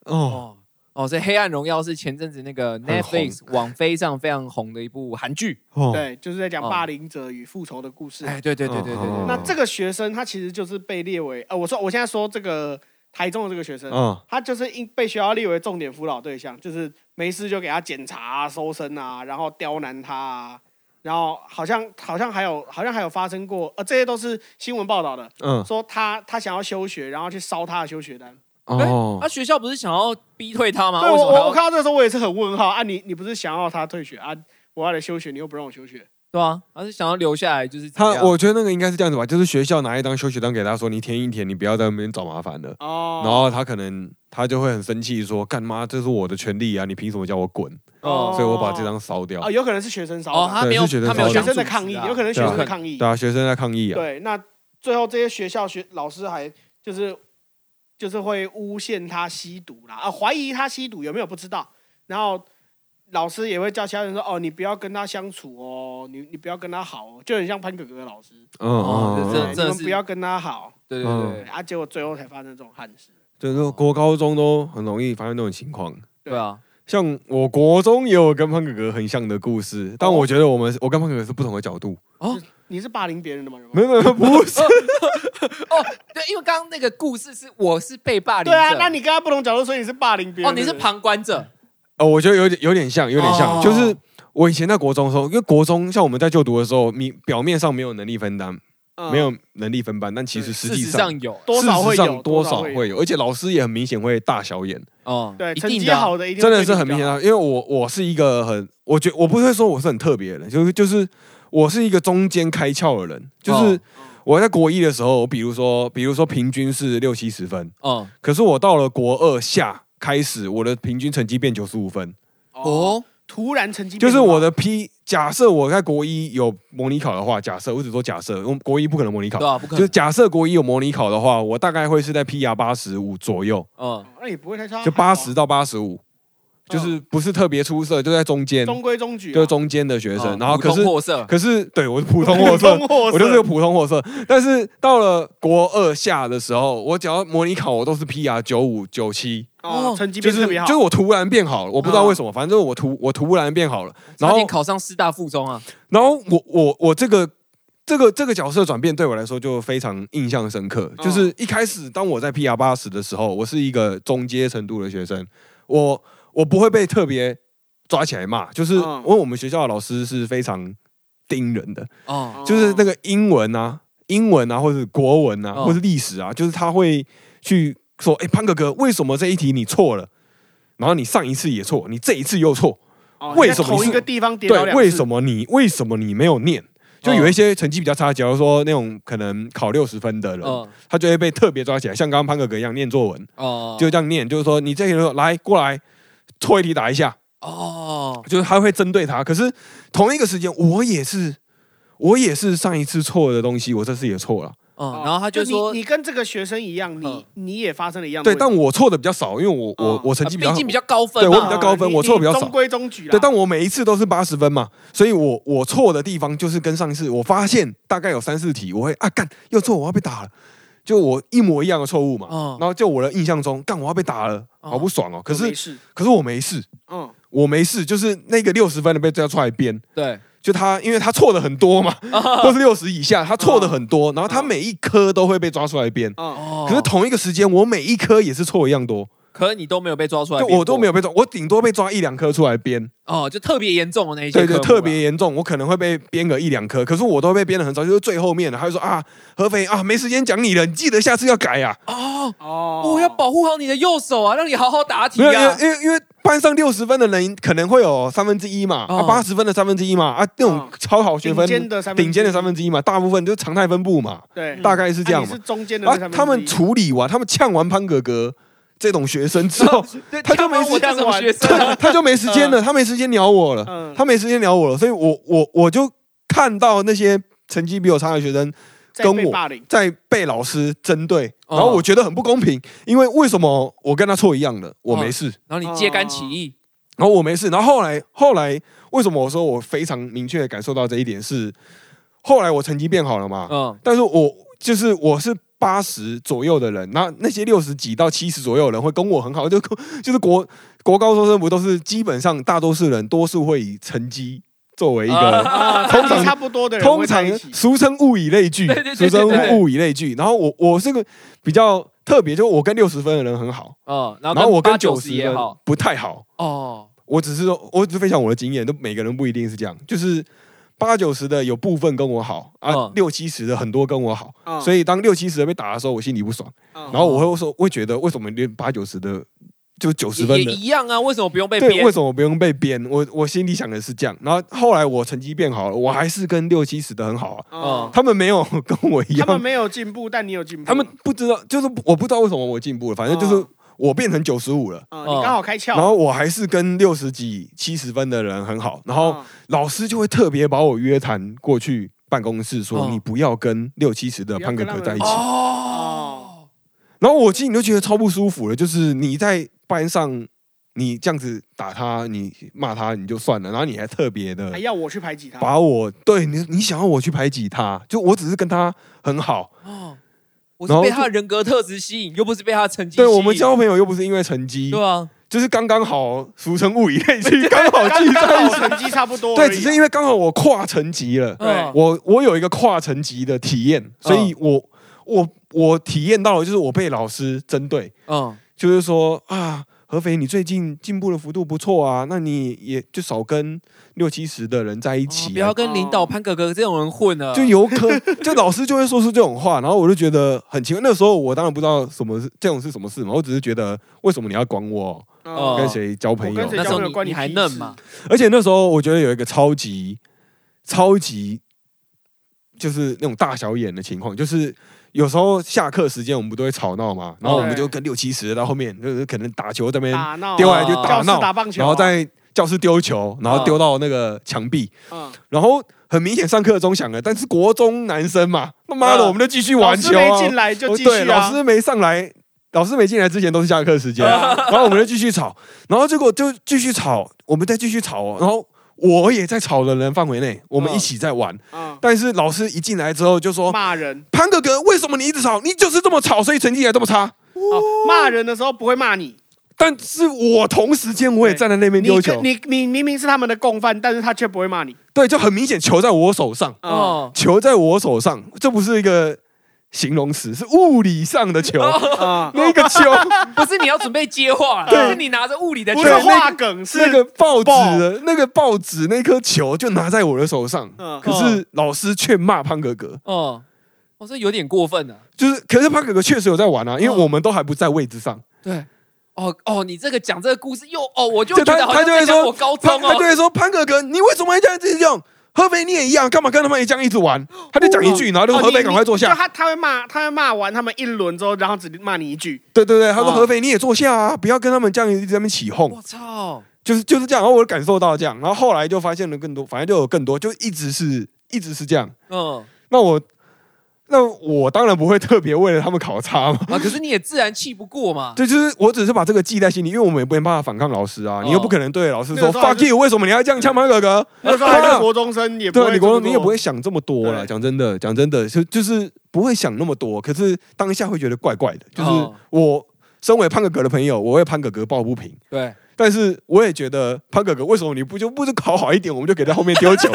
Speaker 1: 哦，
Speaker 2: 哦哦，所以《黑暗荣耀》是前阵子那个
Speaker 1: 很红
Speaker 2: Netflix 网飞上非常红的一部韩剧。
Speaker 1: 哦，
Speaker 3: 对，就是在讲
Speaker 2: 哦
Speaker 3: 霸凌者与复仇的故事。
Speaker 2: 哎，对对对对对对
Speaker 1: 哦
Speaker 3: 那这个学生他其实就是被列为呃，我说我现在说这个台中的这个学生，
Speaker 1: 嗯，
Speaker 3: 他就是因被学校列为重点辅导对象，就是没事就给他检查、啊、搜身啊，然后刁难他啊，然后好像好像还有好像还有发生过，呃，这些都是新闻报道
Speaker 2: 啊
Speaker 3: 的，
Speaker 1: 嗯，
Speaker 3: 说他他想要休学，然后去烧他的休学单。
Speaker 1: 哦
Speaker 2: 啊，，学校不是想要逼退他吗？
Speaker 3: 对
Speaker 2: 啊为什
Speaker 3: 我
Speaker 2: 么
Speaker 3: 我我
Speaker 2: 还要？
Speaker 3: 看到这个时候我也是很问号啊，你你不是想要他退学啊？我要来休学，你又不让我休学，
Speaker 2: 对啊，他是想要留下来，就是怎
Speaker 1: 他
Speaker 3: 啊
Speaker 2: 样
Speaker 1: 我觉得那个应该是这样子吧，就是学校拿一张休学单给他说，你填一填，你不要在那边找麻烦了。
Speaker 3: 哦，
Speaker 1: 然后他可能他就会很生气，说干妈这是我的权利啊，你凭什么叫我滚？
Speaker 2: 哦
Speaker 1: 所以我把这张烧掉
Speaker 3: 哦，。有可能是学生烧的，
Speaker 2: 哦，他没有
Speaker 1: 对是学生
Speaker 2: 他没有
Speaker 1: 骚
Speaker 3: 学
Speaker 1: 扰
Speaker 2: 想
Speaker 3: 生
Speaker 2: 阻
Speaker 3: 的
Speaker 2: 止
Speaker 3: 抗议，
Speaker 2: 啊
Speaker 3: 有可能是学生的抗议
Speaker 1: 对。啊，学生在抗议啊。
Speaker 3: 对，那最后这些学校学老师还就是就是会诬陷他吸毒啦，啊，怀疑他吸毒有没有不知道，然后老师也会叫其他人说，哦，你不要跟他相处哦，你你不要跟他好哦，就很像潘哥哥的老师，
Speaker 1: 嗯
Speaker 2: 哦
Speaker 1: 嗯，
Speaker 2: 这
Speaker 1: 嗯
Speaker 3: 对
Speaker 2: 真
Speaker 3: 你
Speaker 2: 的
Speaker 3: 们
Speaker 2: 是
Speaker 3: 不要跟他好，
Speaker 2: 对对对
Speaker 3: 对
Speaker 2: 对
Speaker 3: 啊，结果最后才发生这种憾事，
Speaker 1: 就是说国高中都很容易发生这种情况。
Speaker 2: 对啊，
Speaker 1: 像我国中也有跟潘哥哥很像的故事，
Speaker 3: 哦
Speaker 1: 但我觉得我们我跟潘哥哥是不同的角度。
Speaker 3: 你是霸凌别人的吗？有没有
Speaker 1: 没有没有，不是，
Speaker 2: 对，因为刚刚那个故事是我是被霸凌
Speaker 3: 对
Speaker 2: 者，
Speaker 3: 啊，那你跟他不同角度，所以你是霸凌别人。
Speaker 2: 哦你是
Speaker 3: 对不对
Speaker 2: 旁观者，
Speaker 1: 哦，我觉得有点有点像，有点像，
Speaker 2: 哦
Speaker 1: 就是我以前在国中的时候，因为国中像我们在就读的时候，你表面上没有能力分担，
Speaker 3: 嗯
Speaker 1: 没有能力分班，但其实实
Speaker 2: 事
Speaker 1: 际
Speaker 2: 实
Speaker 1: 上。
Speaker 2: 上有
Speaker 3: 多少会
Speaker 1: 事实
Speaker 3: 有，
Speaker 1: 上多少
Speaker 3: 少有。
Speaker 1: 会有，而且老师也很明显会大小眼，
Speaker 2: 哦，
Speaker 3: 对，
Speaker 2: 一
Speaker 3: 成
Speaker 2: 定
Speaker 3: 绩
Speaker 2: 的啊
Speaker 3: 好的一定
Speaker 1: 真的
Speaker 3: 会
Speaker 1: 是很
Speaker 3: 比
Speaker 1: 明
Speaker 3: 较
Speaker 1: 显
Speaker 3: 好
Speaker 1: 啊。因为我我是一个很，我觉我不是说我是很特别的人，就是就是我是一个中间开窍的人，就是
Speaker 2: 哦
Speaker 1: 我在国一的时候，我比如说比如说平均是六七十分，
Speaker 2: 嗯
Speaker 1: 可是我到了国二下开始，我的平均成绩变九十五分，
Speaker 3: 哦，，突然成绩
Speaker 1: 就是
Speaker 3: 变
Speaker 1: 我
Speaker 3: 好
Speaker 1: 的 P。假设我在国一有模拟考的话，假设我只说假设，因为国一不可能模拟考
Speaker 2: 对，啊，不可
Speaker 1: 就是
Speaker 2: 能，
Speaker 1: 假设国一有模拟考的话，我大概会是在 P R 八十五左右，
Speaker 2: 嗯
Speaker 3: 哦那也不会太差，
Speaker 1: 就
Speaker 3: 啊还好
Speaker 1: 八十到八十五。就是不是特别出色，就在中间，
Speaker 3: 中规中矩、啊，
Speaker 1: 就是中间的学生。然后
Speaker 2: 嗯普
Speaker 1: 可
Speaker 2: 通
Speaker 1: 是
Speaker 2: 货色，
Speaker 1: 可是对我是普通货色，
Speaker 3: 中货
Speaker 1: 我就是个普通货色。但是到了国二下的时候，我只要模拟考，我都是 PR 九五九七，
Speaker 3: 哦，成绩
Speaker 1: 就
Speaker 3: 变得
Speaker 1: 是
Speaker 3: 特别好，
Speaker 1: 就是我突然变好了，我不知道为什么，反正就是我突我突然变好了。然
Speaker 2: 差
Speaker 1: 后
Speaker 2: 点考上师大附中啊！
Speaker 1: 然后我我我这个这个这个角色转变对我来说就非常印象深刻。
Speaker 3: 嗯
Speaker 1: 就是一开始当我在 PR 八十的时候，我是一个中阶程度的学生，我我不会被特别抓起来骂，就是因
Speaker 3: 嗯
Speaker 1: 为我们学校的老师是非常盯人的，
Speaker 2: 哦，
Speaker 3: 嗯
Speaker 1: 就是那个英文啊、英文啊，或者是国文啊，
Speaker 2: 嗯
Speaker 1: 或是历史啊，就是他会去说：“哎，潘哥哥，为什么这一题你错了？”然后你上一次也错，你这一次又错，
Speaker 3: 哦
Speaker 1: 为什么
Speaker 3: 你在同
Speaker 1: 是
Speaker 3: 一个地方跌倒
Speaker 1: 对，
Speaker 3: 两
Speaker 1: 为
Speaker 3: 次
Speaker 1: 什么你为什么你没有念？就有一些成绩比较差，假如说那种可能考六十分的人，
Speaker 2: 嗯
Speaker 1: 他就会被特别抓起来，像刚刚潘哥哥一样念作文，
Speaker 2: 哦，
Speaker 1: 就这样念，就是说你这个来过来错一题打一下，
Speaker 2: 哦，
Speaker 1: 就是他会针对他。可是同一个时间，我也是，我也是上一次错的东西，我这次也错了，
Speaker 2: 嗯
Speaker 3: 哦，
Speaker 2: 然后他就
Speaker 3: 你
Speaker 2: 说，
Speaker 3: 你跟这个学生一样，你
Speaker 2: 嗯
Speaker 3: 你也发生了一样的
Speaker 1: 对，
Speaker 3: 问题，
Speaker 1: 但我错的比较少，因为我我
Speaker 3: 嗯
Speaker 1: 我成
Speaker 2: 啊
Speaker 1: 绩
Speaker 2: 毕
Speaker 1: 比较好
Speaker 2: 竟比较高分
Speaker 1: 对
Speaker 2: 嘛，
Speaker 1: 我比较高分
Speaker 3: 哦
Speaker 1: 我
Speaker 3: 你
Speaker 1: 错比较
Speaker 3: 你
Speaker 1: 少
Speaker 3: 中规中矩啦。
Speaker 1: 对，但我每一次都是八十分嘛，所以我我错的地方就是跟上一次，我发现大概有三四题，我会啊干又错，我要被打了，就我一模一样的错误嘛。
Speaker 2: 嗯
Speaker 1: 然后就我的印象中，干我要被打了，
Speaker 2: 哦
Speaker 1: 好不爽哦。可
Speaker 3: 哦就没
Speaker 1: 是
Speaker 3: 事
Speaker 1: 可是我没事，
Speaker 3: 嗯，
Speaker 1: 我没事，就是那个六十分的被抓出来编，
Speaker 2: 对，
Speaker 1: 就他因为他错的很多嘛，
Speaker 3: 哦
Speaker 1: 都是六十以下，他错的很多，然后他每一科都会被抓出来编。
Speaker 3: 哦，
Speaker 2: 哦，
Speaker 1: 可是同一个时间，我每一科也是错一样多，
Speaker 2: 可是你都没有被抓出
Speaker 3: 哦
Speaker 2: 来
Speaker 1: 就
Speaker 2: 编过，
Speaker 1: 我都没有被抓，我顶多被抓一两科出来编。
Speaker 2: 哦，就特别严重的那一些
Speaker 1: 对
Speaker 2: 科
Speaker 1: 对，
Speaker 2: 目啊，
Speaker 1: 特别严重，我可能会被编个一两科，可是我都被编的很少，就是最后面了。他就说啊，合肥啊，没时间讲你了，你记得下次要改啊。
Speaker 2: 哦，
Speaker 3: 哦
Speaker 2: 我要保护好你的右手啊，让你好好答题
Speaker 1: 没有，因
Speaker 2: 啊
Speaker 1: 为。因为因为班上六十分的人可能会有三分之一嘛，啊
Speaker 2: 哦
Speaker 1: 八十分的三分之一嘛，啊那种
Speaker 3: 嗯
Speaker 1: 超好学分
Speaker 3: 顶尖的三分之一
Speaker 1: 顶尖的三分之一嘛，大部分就是常态分布嘛，
Speaker 3: 对，
Speaker 1: 大概是这
Speaker 3: 啊
Speaker 1: 样
Speaker 3: 你
Speaker 1: 嘛
Speaker 3: 是。中间的
Speaker 1: 啊
Speaker 3: 那，
Speaker 1: 他们
Speaker 3: 出
Speaker 1: 处理完，他们呛完潘格格这种学生之
Speaker 3: 哦
Speaker 1: 后，
Speaker 2: 对
Speaker 1: 他就没
Speaker 2: 我
Speaker 3: 时间
Speaker 2: 这种
Speaker 3: 玩
Speaker 2: 学生啊，
Speaker 1: 他他就没时间了，他没时间鸟我了。
Speaker 3: 嗯，
Speaker 1: 他没时间聊我了，所以我我我就看到那些成绩比我差的学生
Speaker 3: 在
Speaker 1: 跟
Speaker 3: 被
Speaker 1: 我
Speaker 3: 霸凌，
Speaker 1: 在被老师针对，
Speaker 2: 哦
Speaker 1: 然后我觉得很不公平，因为为什么我跟他错一样的，我没
Speaker 3: 哦
Speaker 1: 事，
Speaker 2: 然后你揭竿起义，
Speaker 1: 然后我没事，然后后来后来为什么我说我非常明确地感受到这一点是，后来我成绩变好了
Speaker 3: 哦
Speaker 1: 嘛，
Speaker 2: 嗯，
Speaker 1: 但是我就是我是。八十左右的人，那那些六十几到七十左右的人会跟我很好，就 就是国国高中生不都是基本上大多数人多数会以成绩作为一个
Speaker 3: 啊
Speaker 1: 通常
Speaker 3: 差不多的人
Speaker 1: 通
Speaker 3: 会在
Speaker 1: 常
Speaker 3: 一起
Speaker 1: 俗称物以类聚
Speaker 2: 对对，对
Speaker 1: 俗
Speaker 2: 对
Speaker 1: 称
Speaker 2: 对
Speaker 1: 物以类聚。然后我我是个比较特别，就我跟六十分的人很好，
Speaker 2: 哦，然
Speaker 1: 然后我跟
Speaker 2: 八九
Speaker 1: 九
Speaker 2: 十
Speaker 1: 十
Speaker 2: 也
Speaker 1: 分
Speaker 2: 好，
Speaker 1: 不太好。
Speaker 2: 哦，
Speaker 1: 我只是说，我只是分享我的经验，都每个人不一定是这样，就是。八九十的有部分跟我好啊
Speaker 2: 嗯，
Speaker 1: 六七十的很多跟我好，
Speaker 3: 嗯
Speaker 1: 所以当六七十的被打的时候，我心里不爽，
Speaker 3: 嗯
Speaker 1: 然后我会说，会觉得为什么连八九十的就九十分
Speaker 2: 也
Speaker 1: 的
Speaker 2: 一样啊，为什么不用被
Speaker 1: 对，
Speaker 2: 编
Speaker 1: 为？什么不用被编？我我心里想的是这样，然后后来我成绩变好了，我还是跟六七十的很好啊，
Speaker 2: 哦
Speaker 3: 嗯
Speaker 1: 他们没有跟我一
Speaker 3: 他们
Speaker 1: 样，
Speaker 3: 没有进步，但你有进步，
Speaker 1: 他们不知道，就是我不知道为什么我进步了，反正就是
Speaker 3: 嗯
Speaker 1: 我变成九十五了，
Speaker 3: 嗯你刚好开窍，
Speaker 1: 然后我还是跟六十几、七十分的人很好，然后
Speaker 3: 嗯
Speaker 1: 老师就会特别把我约谈过去办公室，说
Speaker 2: 嗯
Speaker 1: 你不要跟六七十的
Speaker 3: 不要
Speaker 1: 潘
Speaker 3: 跟
Speaker 1: 哥
Speaker 3: 他
Speaker 1: 哥
Speaker 3: 们
Speaker 1: 在一起，
Speaker 2: 哦，
Speaker 1: 然后我心里就觉得超不舒服了，就是你在班上。你这样子打他，你骂他，你就算了，然后你还特别的
Speaker 3: 还要我去排挤他，
Speaker 1: 把我对你，你想要我去排挤他，就我只是跟他很好。
Speaker 2: 哦，我
Speaker 1: 然
Speaker 2: 是
Speaker 1: 后
Speaker 2: 被
Speaker 1: 就
Speaker 2: 他的人格特质吸引，又不是被他的成绩吸
Speaker 1: 对
Speaker 2: 引。
Speaker 1: 我们交朋友又不是因为成绩，
Speaker 2: 对啊，
Speaker 1: 就是刚刚好，俗称物以类聚，刚好
Speaker 3: 刚
Speaker 1: 聚
Speaker 3: 刚
Speaker 1: 在一
Speaker 3: 好
Speaker 1: 起。
Speaker 3: 成绩差不多而
Speaker 1: 对，
Speaker 3: 已啊，
Speaker 1: 只是因为刚好我跨层级了，
Speaker 3: 对
Speaker 2: 嗯
Speaker 1: 我我有一个跨层级的体
Speaker 3: 嗯
Speaker 1: 验，所以我我我体验到了，就是我被老师针对，
Speaker 2: 嗯，
Speaker 1: 就是说啊，合肥你最近进步的幅度不错啊，那你也就少跟六七十的人在一
Speaker 2: 哦
Speaker 1: 起啊、
Speaker 2: 不要跟领导潘哥哥这种人混啊了。
Speaker 1: 就有可就老师就会说出这种话，然后我就觉得很奇怪。那时候我当然不知道什么是这种是什么事嘛，我只是觉得为什么你要管我
Speaker 3: 嗯
Speaker 1: 跟谁交朋
Speaker 3: 我
Speaker 1: 友
Speaker 3: 跟？谁
Speaker 2: 哦那时候
Speaker 3: 交朋友关
Speaker 2: 你
Speaker 3: 你
Speaker 2: 你还
Speaker 3: 屁
Speaker 2: 嫩
Speaker 3: 事
Speaker 2: 嘛？
Speaker 1: 而且那时候我觉得有一个超级超级就是那种大小眼的情况，就是。有时候下课时间我们不都会吵闹嘛，然后我们
Speaker 3: 对
Speaker 1: 就跟六七十到后面就是可能打球这边，
Speaker 3: 打闹啊
Speaker 1: 丢
Speaker 2: 来就
Speaker 1: 打
Speaker 3: 教室
Speaker 1: 闹
Speaker 3: 打棒球，啊
Speaker 1: 然后在教室丢球，然后丢到那个墙壁，
Speaker 3: 嗯
Speaker 1: 然后很明显上课钟响了，但是国中男生嘛，他妈的
Speaker 2: 嗯
Speaker 1: 我们就继续玩球啊
Speaker 3: 老师没进来就继
Speaker 1: 哦对，
Speaker 3: 续
Speaker 1: 老
Speaker 3: 啊，
Speaker 1: 师没上来，老师没进来之前都是下课时间，然后我们就继续吵，然后结果就继续吵，我们再继续吵哦，然后我也在吵的人范围内，我们一起在玩。
Speaker 3: 啊，
Speaker 1: 但是老师一进来之后就说
Speaker 3: 骂人：“
Speaker 1: 潘哥哥，为什么你一直吵？你就是这么吵，所以成绩才这么差。
Speaker 3: 哦，骂人的时候不会骂你，”
Speaker 1: 但是我同时间我也站在那边
Speaker 3: 你
Speaker 1: 丢球，
Speaker 3: 你你明明是他们的共犯，但是他却不会骂你。
Speaker 1: 对，就很明显球在我手上，
Speaker 3: 哦，
Speaker 2: 哦，
Speaker 1: 球在我手上，这不是一个形容词，是物理上的球，
Speaker 2: 哦
Speaker 3: 啊，
Speaker 1: 那个球。
Speaker 2: 嗯不是你要准备接话
Speaker 1: 对
Speaker 2: 了，是你拿着物理的球
Speaker 3: 不，是
Speaker 1: 对那
Speaker 3: 话梗，是
Speaker 1: 那个报纸
Speaker 3: ball
Speaker 1: 的那个报纸那颗球就拿在我的手上，
Speaker 3: 嗯
Speaker 1: 可是老师却骂潘哥哥，
Speaker 2: 哦，我这有点过分啊了。
Speaker 1: 就是可是潘哥哥确实有在玩啊，因为
Speaker 2: 嗯
Speaker 1: 我们都还不在位置上，
Speaker 2: 对，哦哦，你这个讲这个故事又哦，我就
Speaker 1: 对
Speaker 2: 觉
Speaker 1: 他
Speaker 2: 得好
Speaker 1: 他
Speaker 2: 像
Speaker 1: 就会
Speaker 2: 在讲
Speaker 1: 说
Speaker 2: 我高
Speaker 1: 潘
Speaker 2: 中
Speaker 3: 啊
Speaker 1: 他就
Speaker 2: 哦，
Speaker 1: 会说潘哥哥，你为什么要这样子用？合肥你也一样，干嘛跟他们一样一直玩？他就讲一句，然后就
Speaker 3: 哦
Speaker 1: 说合
Speaker 3: 你
Speaker 1: 肥赶快坐
Speaker 3: 就
Speaker 1: 下。
Speaker 3: 他他会骂，他会骂完他们一轮之后，然后只骂你 一哦句。
Speaker 1: 对对对，他说
Speaker 3: 嗯
Speaker 1: 合肥你也坐下啊，不要跟他们这样一直在那边起哄，
Speaker 2: 我操，
Speaker 1: 就是就是这样。然哦后我感受到这样，然后后来就发现了更多，反正就有更多，就一直是一直是这样。
Speaker 2: 嗯
Speaker 1: 那我那我当然不会特别为了他们考察嘛，
Speaker 2: 啊，可是你也自然气不过嘛，
Speaker 1: 对，就是我只是把这个记在心里，因为我们也没办法反抗老师啊，你又
Speaker 2: 哦
Speaker 1: 不可能对老师
Speaker 3: 那
Speaker 1: 说
Speaker 3: 个时候还
Speaker 1: fuck
Speaker 3: 是
Speaker 1: you，为什么你要这样呛潘哥哥？
Speaker 3: 那时候还是国中生，也不
Speaker 1: 对，啊
Speaker 3: 会
Speaker 1: 你
Speaker 3: 这么
Speaker 1: 国
Speaker 3: 做
Speaker 1: 你也不会想这么多了。
Speaker 3: 对
Speaker 1: 讲真的，讲真的，就就是不会想那么多，可是当下会觉得怪怪的。就是
Speaker 2: 哦
Speaker 1: 我身为潘哥哥的朋友，我为潘哥哥抱不平，
Speaker 2: 对，
Speaker 1: 但是我也觉得潘哥哥为什么你不就不是考好一点，我们就给在后面丢 球？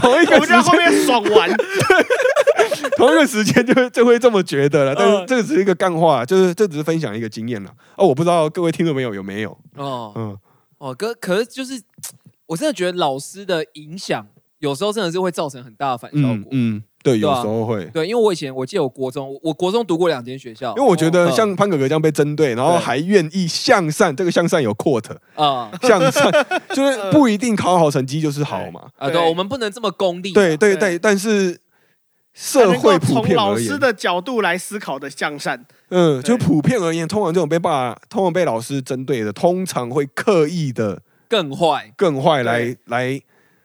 Speaker 1: 同一
Speaker 3: 我
Speaker 1: 个
Speaker 3: 们
Speaker 1: 时
Speaker 3: 在后
Speaker 1: 间，
Speaker 3: 面爽玩，
Speaker 1: 同一个时间就会就会这么觉得了。但是
Speaker 2: 嗯
Speaker 1: 这个只是一个干话，就是这只是分享一个经验了。哦，我不知道各位听众朋友有没有？
Speaker 2: 哦。
Speaker 1: 嗯，
Speaker 2: 哦，可可是就是，我真的觉得老师的影响有时候真的是会造成很大的反效
Speaker 1: 嗯
Speaker 2: 果。
Speaker 1: 嗯，对，有
Speaker 2: 对啊
Speaker 1: 时候会，
Speaker 2: 对，因为我以前我记得我国中，我我国中读过两间学校，
Speaker 1: 因为我觉得
Speaker 2: 哦
Speaker 3: 嗯
Speaker 1: 像潘哥哥这样被针对，然后
Speaker 2: 对
Speaker 1: 还愿意向善，这个向善有 quote
Speaker 2: 啊
Speaker 1: 向善，
Speaker 3: 嗯
Speaker 1: 就是不一定考好成绩就是好嘛。
Speaker 2: 啊，
Speaker 3: 对
Speaker 2: 对，我们不能这么功利啊。
Speaker 1: 对对
Speaker 3: 对
Speaker 1: 对，但是
Speaker 3: 才
Speaker 1: 社
Speaker 3: 能够
Speaker 1: 会普
Speaker 3: 从
Speaker 1: 遍
Speaker 3: 老
Speaker 1: 而
Speaker 3: 师
Speaker 1: 言，
Speaker 3: 的角度来思考的向善。
Speaker 1: 嗯，就
Speaker 3: 对
Speaker 1: 普遍而言，通常这种被爸，通常被老师针对的，通常会刻意的
Speaker 2: 更坏。
Speaker 1: 更坏来
Speaker 3: 对
Speaker 1: 来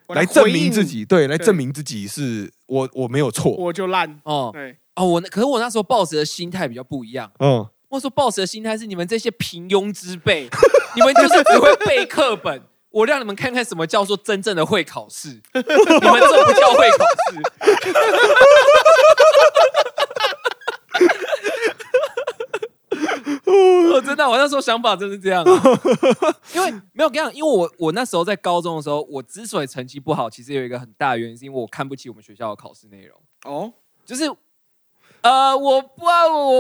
Speaker 3: 我
Speaker 1: 来证
Speaker 3: 回应
Speaker 1: 明自，己，对，来
Speaker 3: 对
Speaker 1: 证明自己是我我没有错，
Speaker 3: 我就烂。
Speaker 2: 哦
Speaker 3: 对，
Speaker 2: 哦，我那可是我那时候抱持的心态比较不一样。
Speaker 1: 嗯，
Speaker 2: 我说抱持的心态是你们这些平庸之辈，你们就是只会背课本。我让你们看看什么叫做真正的会考试，你们这不叫会考试。 我哦真的，啊我那时候想法真是这样、啊，因为没有跟你讲，因为我我那时候在高中的时候，我之所以成绩不好，其实有一个很大的原因，是因为我看不起我们学校的考试内容，
Speaker 3: 哦，
Speaker 2: 就是呃，我不我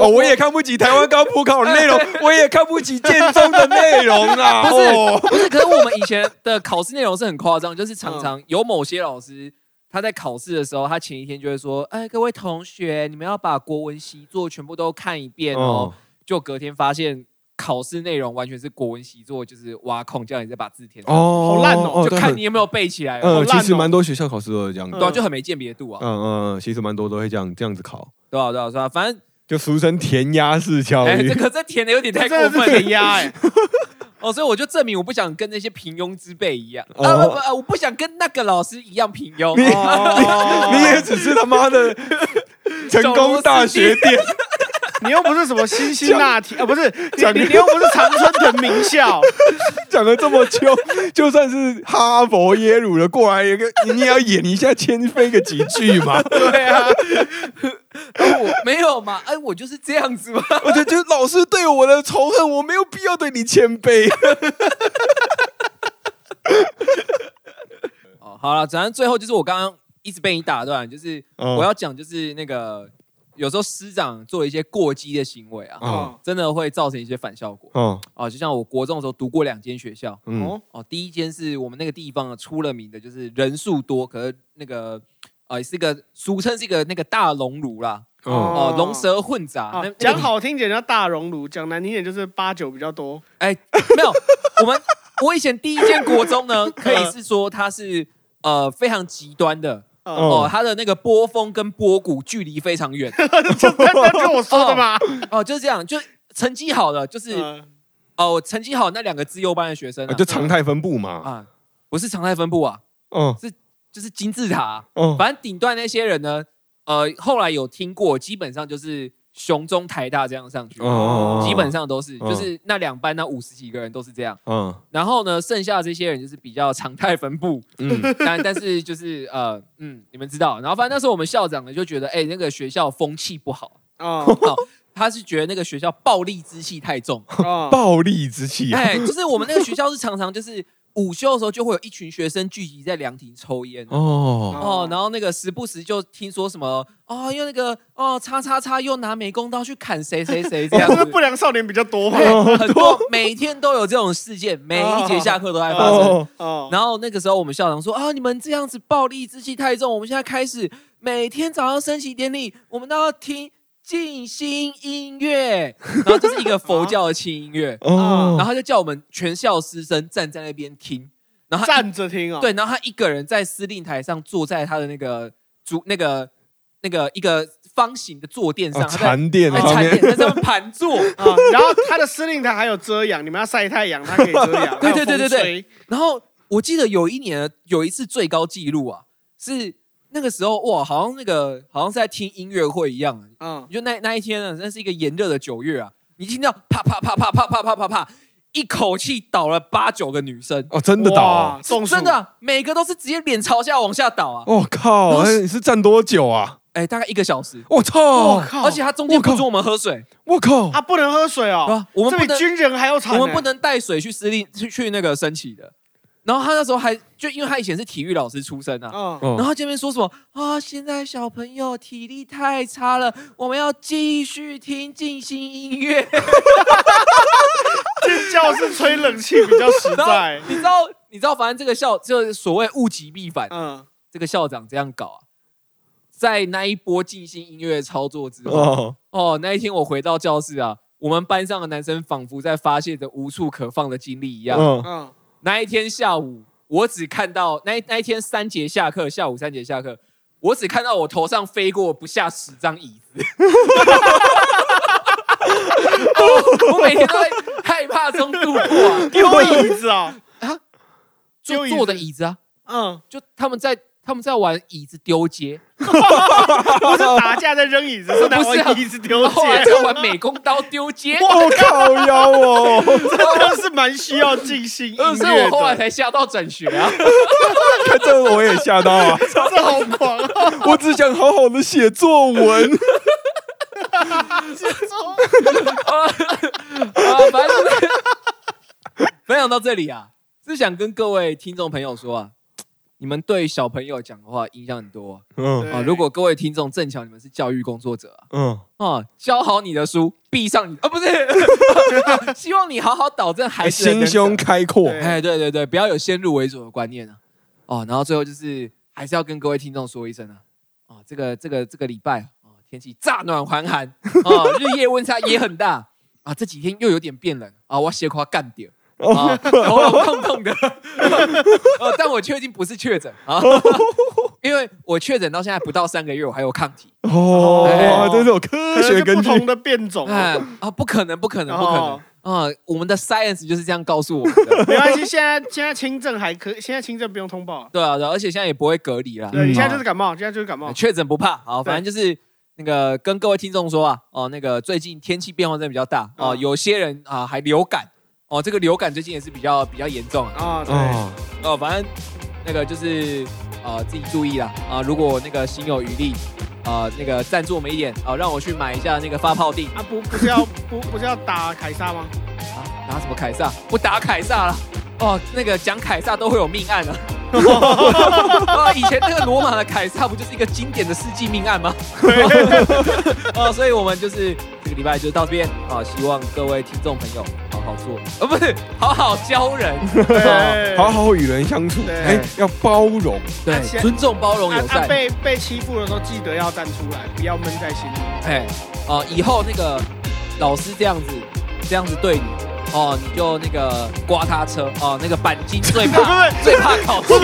Speaker 1: 哦，我也看不起台湾高普考的内 容，我也看不起建中的内容啦。
Speaker 2: 不是
Speaker 1: 哦，嗯
Speaker 2: 不 是，可是我们以前的考试内容是很夸张，就是常常有某些老师。他在考试的时候，他前一天就会说：“哎，各位同学，你们要把国文习作全部都看一遍哦。
Speaker 1: 哦
Speaker 2: 就隔天发现考试内容完全是国文习作，就是挖空，叫你再把字填上，
Speaker 1: 哦，
Speaker 3: 好烂哦
Speaker 2: 就看你
Speaker 1: 对。
Speaker 2: 有没有背起来、
Speaker 1: 嗯，
Speaker 2: 哦。
Speaker 3: 好烂
Speaker 1: 其
Speaker 3: 哦
Speaker 1: 实蛮多学校考试都是这样子。
Speaker 2: 对、啊，就很没鉴别度啊
Speaker 1: 嗯。嗯，嗯其实蛮多都会这样这样子考，
Speaker 2: 对啊，对啊，对啊，反正
Speaker 1: 就俗称填鸭式教
Speaker 2: 哎，
Speaker 1: 育
Speaker 2: 这。个这填的有点
Speaker 3: 这
Speaker 2: 太
Speaker 3: 真的
Speaker 2: 过
Speaker 3: 是
Speaker 2: 分
Speaker 3: 填
Speaker 2: 了
Speaker 3: 鸭哎，
Speaker 2: 哦，所以我就证明我不想跟那些平庸之辈一样
Speaker 1: 欸哦
Speaker 2: 啊不不啊，我不想跟那个老师一样平 庸。
Speaker 1: 你
Speaker 3: 哦
Speaker 1: 你你也只是他妈 的成功大学店，
Speaker 3: 你又不是什么辛辛那提啊，不是你你你又不是常春藤 名校，
Speaker 1: 讲了这么久，就算是哈佛、耶鲁的过来一个，你也要演一下千飞个几句嘛。
Speaker 3: 对啊，
Speaker 2: 我哦没有嘛，哎，我就是这样子嘛。
Speaker 1: 我就觉得老师对我的仇恨，我没有必要对你谦卑。
Speaker 2: 哦，好了，反正最后就是我刚刚一直被你打断，就是
Speaker 1: 嗯
Speaker 2: 我要讲就是那个有时候师长做了一些过激的行为啊，
Speaker 1: 哦
Speaker 3: 哦
Speaker 2: 真的会造成一些反效果
Speaker 1: 哦，
Speaker 2: 啊。就像我国中的时候读过两间学校，
Speaker 1: 嗯，
Speaker 2: 哦，第一间是我们那个地方啊出了名的，就是人数多，可是那个。啊、也是一个俗称是一个那个大熔炉啦，
Speaker 1: 哦，
Speaker 2: 哦，龙蛇混杂。
Speaker 3: 啊
Speaker 2: 那
Speaker 3: 讲，
Speaker 2: 那个
Speaker 3: 好听点叫大熔炉，讲难听点就是八九比较多。
Speaker 2: 哎、没有，我们我以前第一间国中呢，可以是说它是呃非常极端的，
Speaker 1: 哦
Speaker 3: 哦，
Speaker 2: 哦，它的那个波峰跟波谷距离非常 远
Speaker 3: 这这就我说的嘛。
Speaker 2: 哦，就是这样，就成绩好的就是、
Speaker 3: 嗯
Speaker 2: 哦，成绩好那两个资优班的学生
Speaker 1: 哦
Speaker 2: 啊，
Speaker 1: 就常态分布嘛。
Speaker 2: 啊，不是常态分布啊，
Speaker 1: 哦
Speaker 2: 就是金字塔啊、
Speaker 1: 哦
Speaker 2: 反正顶端那些人呢，呃，后来有听过，基本上就是雄中台大这样上去，
Speaker 1: 哦
Speaker 2: 基本上都是，
Speaker 1: 哦
Speaker 2: 就是那两班那五十几个人都是这样。
Speaker 1: 嗯
Speaker 2: 然后呢，剩下的这些人就是比较常态分布，
Speaker 1: 嗯
Speaker 2: 但但是就是呃嗯，你们知道。然后反正那时候我们校长呢就觉得，哎、那个学校风气不好，
Speaker 3: 啊
Speaker 2: 哦他是觉得那个学校暴力之气太重，
Speaker 1: 哦
Speaker 3: 啊！
Speaker 1: 暴力之气啊，
Speaker 2: 哎、就是我们那个学校是常常就是午休的时候就会有一群学生聚集在凉亭抽烟。
Speaker 1: 哦，
Speaker 2: 哦，然后那个时不时就听说什么哦，又那个哦，叉叉叉又拿美工刀去砍谁谁谁这
Speaker 3: 这
Speaker 2: 样
Speaker 3: 样
Speaker 2: 子
Speaker 3: 不，良少年比较多
Speaker 1: 哦
Speaker 2: 哎很多每天都有这种事件，每一节下课都在发生。
Speaker 1: 哦，
Speaker 3: 哦，
Speaker 2: 然后那个时候我们校长说啊，你们这样子暴力之气太重，我们现在开始每天早上升旗典礼，我们都要听静心音乐，然后就是一个佛教的轻音乐，
Speaker 1: 哦，
Speaker 2: 然后他就叫我们全校师生站在那边听，然后他
Speaker 3: 站着听哦，
Speaker 2: 对，然后他一个人在司令台上坐在他的那个竹那个那个一个方形的坐垫上，
Speaker 1: 啊
Speaker 2: 他在哎
Speaker 1: 禅垫
Speaker 2: 在
Speaker 1: 旁
Speaker 2: 餐
Speaker 1: 边
Speaker 2: 垫，在上面盘坐，
Speaker 3: 啊，然后他的司令台还有遮阳，你们要晒太阳，它可以遮 阳。
Speaker 2: 对对对对对
Speaker 3: 还有风吹，
Speaker 2: 然后我记得有一年有一次最高纪录啊，是那个时候哇，好像那个好像是在听音乐会一样啊，
Speaker 3: 嗯，
Speaker 2: 就那那一天呢，啊那是一个炎热的九月啊，你听到啪啪啪啪啪啪啪啪啪，一口气倒了八九个女生，
Speaker 1: 哦，真的倒
Speaker 3: 哇
Speaker 1: 啊，
Speaker 3: 中暑
Speaker 2: 真的啊、每个都是直接脸朝下往下倒啊，
Speaker 1: 我靠，
Speaker 2: 然后
Speaker 1: 哎你是站多久啊？
Speaker 2: 哎，大概一个小时。
Speaker 1: 我操
Speaker 3: 哦我，靠，
Speaker 2: 哦而且他中间
Speaker 1: 我靠
Speaker 2: 不准我们喝水，
Speaker 1: 我靠，
Speaker 3: 啊不能喝水
Speaker 2: 对
Speaker 3: 哦
Speaker 2: 吧，我们
Speaker 3: 这
Speaker 2: 不
Speaker 3: 比欸
Speaker 2: 能
Speaker 3: 军人还要惨
Speaker 2: 我
Speaker 3: 呢。
Speaker 2: 们不能带水去私立去去那个升旗的。然后他那时候还就因为他以前是体育老师出身啊，
Speaker 3: 嗯，
Speaker 1: 哦
Speaker 2: 然后这边说什么啊？现在小朋友体力太差了，我们要继续听静心音乐。
Speaker 3: 进教室吹冷气比较实
Speaker 2: 然
Speaker 3: 在
Speaker 2: 后。你知道，你知道，反正这个校就是所谓物极必 反，
Speaker 3: 嗯，
Speaker 2: 这个校长这样搞啊，在那一波静心音乐操作之后，
Speaker 1: 哦，
Speaker 2: 哦，那一天我回到教室啊，我们班上的男生仿佛在发泄着无处可放的精力一样，
Speaker 1: 嗯
Speaker 3: 嗯，
Speaker 2: 那一天下午，我只看到那一那一天三节下课，下午三节下课，我只看到我头上飞过不下十张椅子。 我我每天都在害怕中度过啊，
Speaker 3: 丢椅子哦，
Speaker 2: 就
Speaker 3: 丢椅子
Speaker 2: 坐的椅子啊，
Speaker 3: 嗯，
Speaker 2: 就他们在他们在玩椅子丢接，
Speaker 3: 不是打架在扔椅子，是拿
Speaker 2: 不是啊
Speaker 3: 椅子丢
Speaker 2: 然后还
Speaker 3: 钱。
Speaker 2: 在玩美工刀丢 接，
Speaker 1: 我靠腰哦，
Speaker 3: 真的是蛮需要 静心音乐
Speaker 2: 呃所以我
Speaker 3: 的，
Speaker 2: 后来才吓到转学啊。
Speaker 1: 看这个我也吓到啊，
Speaker 3: 这好狂啊！
Speaker 1: 我只想好好的写作 文，
Speaker 2: 啊，反正就是分享到这里啊，是想跟各位听众朋友说啊，你们对小朋友讲的话影响很多
Speaker 1: 嗯
Speaker 3: 对
Speaker 2: 啊啊。如果各位听众正巧你们是教育工作者啊，
Speaker 1: 嗯，
Speaker 2: 啊教好你的书，闭上你啊，不是， 啊希望你好好导正孩子的啊人
Speaker 1: 哎心
Speaker 2: 格
Speaker 1: 胸。开阔，
Speaker 3: 对
Speaker 2: 哎，对对对，不要有先入为主的观念啊。哦，然后最后就是还是要跟各位听众说一声啊，哦，这个这个这个礼拜哦，天气乍暖还寒哦，日夜温差也很大啊，这几天又有点变冷啊，我要斜夸干掉。
Speaker 1: 哦
Speaker 2: 啊，喉咙痛痛的，哦，但我确定不是确诊啊，因为我确诊到现在不到三个月，我还有抗体，
Speaker 1: 哦，哇
Speaker 3: 哎
Speaker 1: 真是有科
Speaker 3: 可能
Speaker 1: 学
Speaker 3: 是
Speaker 1: 根
Speaker 3: 不
Speaker 1: 据
Speaker 3: 同的变种 哦，
Speaker 2: 哎啊，不可能，不可能，不可
Speaker 3: 哦
Speaker 2: 能啊，我们的 science 就是这样告诉我们的，
Speaker 3: 没关系，现在现在轻症还可以，现在轻症不用通报了。
Speaker 2: 对啊，对啊而且现在也不会隔离了，
Speaker 3: 对，你现在就是是感冒，现在就是感冒。
Speaker 2: 确诊不怕，好，反正就是那个跟各位听众说啊，哦，那个最近天气变化真的比较大哦，
Speaker 3: 嗯
Speaker 2: 有些人啊还流感哦，这个流感最近也是比较比较严重啊，
Speaker 3: 啊，对，
Speaker 1: 啊，
Speaker 2: 哦，反正那个就是呃自己注意啦啊、如果那个心有余力，啊，那个赞助我们一点啊、让我去买一下那个发泡锭
Speaker 3: 啊不不是要不不是要打凯撒 吗？
Speaker 2: 啊，打什么凯撒？不打凯撒了。哦，那个讲凯撒都会有命案 了。啊，以前那个罗马的凯撒不就是一个经典的世纪命案吗？ 哦，所以我们就是这个礼拜就到这边啊，希望各位听众朋友好好做，呃、不是好好教人，哦
Speaker 3: 对
Speaker 1: 好好与人相处，
Speaker 3: 对
Speaker 1: 哎，要包容，
Speaker 2: 对，尊重、包容、
Speaker 3: 啊
Speaker 2: 友
Speaker 3: 啊
Speaker 2: 善。
Speaker 3: 被被欺负的时候，记得要站出来，不要闷在心里。
Speaker 2: 哎，哦，以后那个老师这样子这样子对你，哦，你就那个刮他车，哦，那个钣金最怕
Speaker 3: 不
Speaker 2: 最怕考
Speaker 3: 不
Speaker 2: 试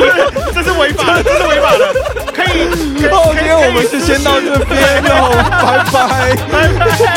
Speaker 3: 是， 这是违法的，这是违法的，可以。可以
Speaker 1: 哦好，今天我们就先到这边喽，拜拜。
Speaker 3: 拜拜。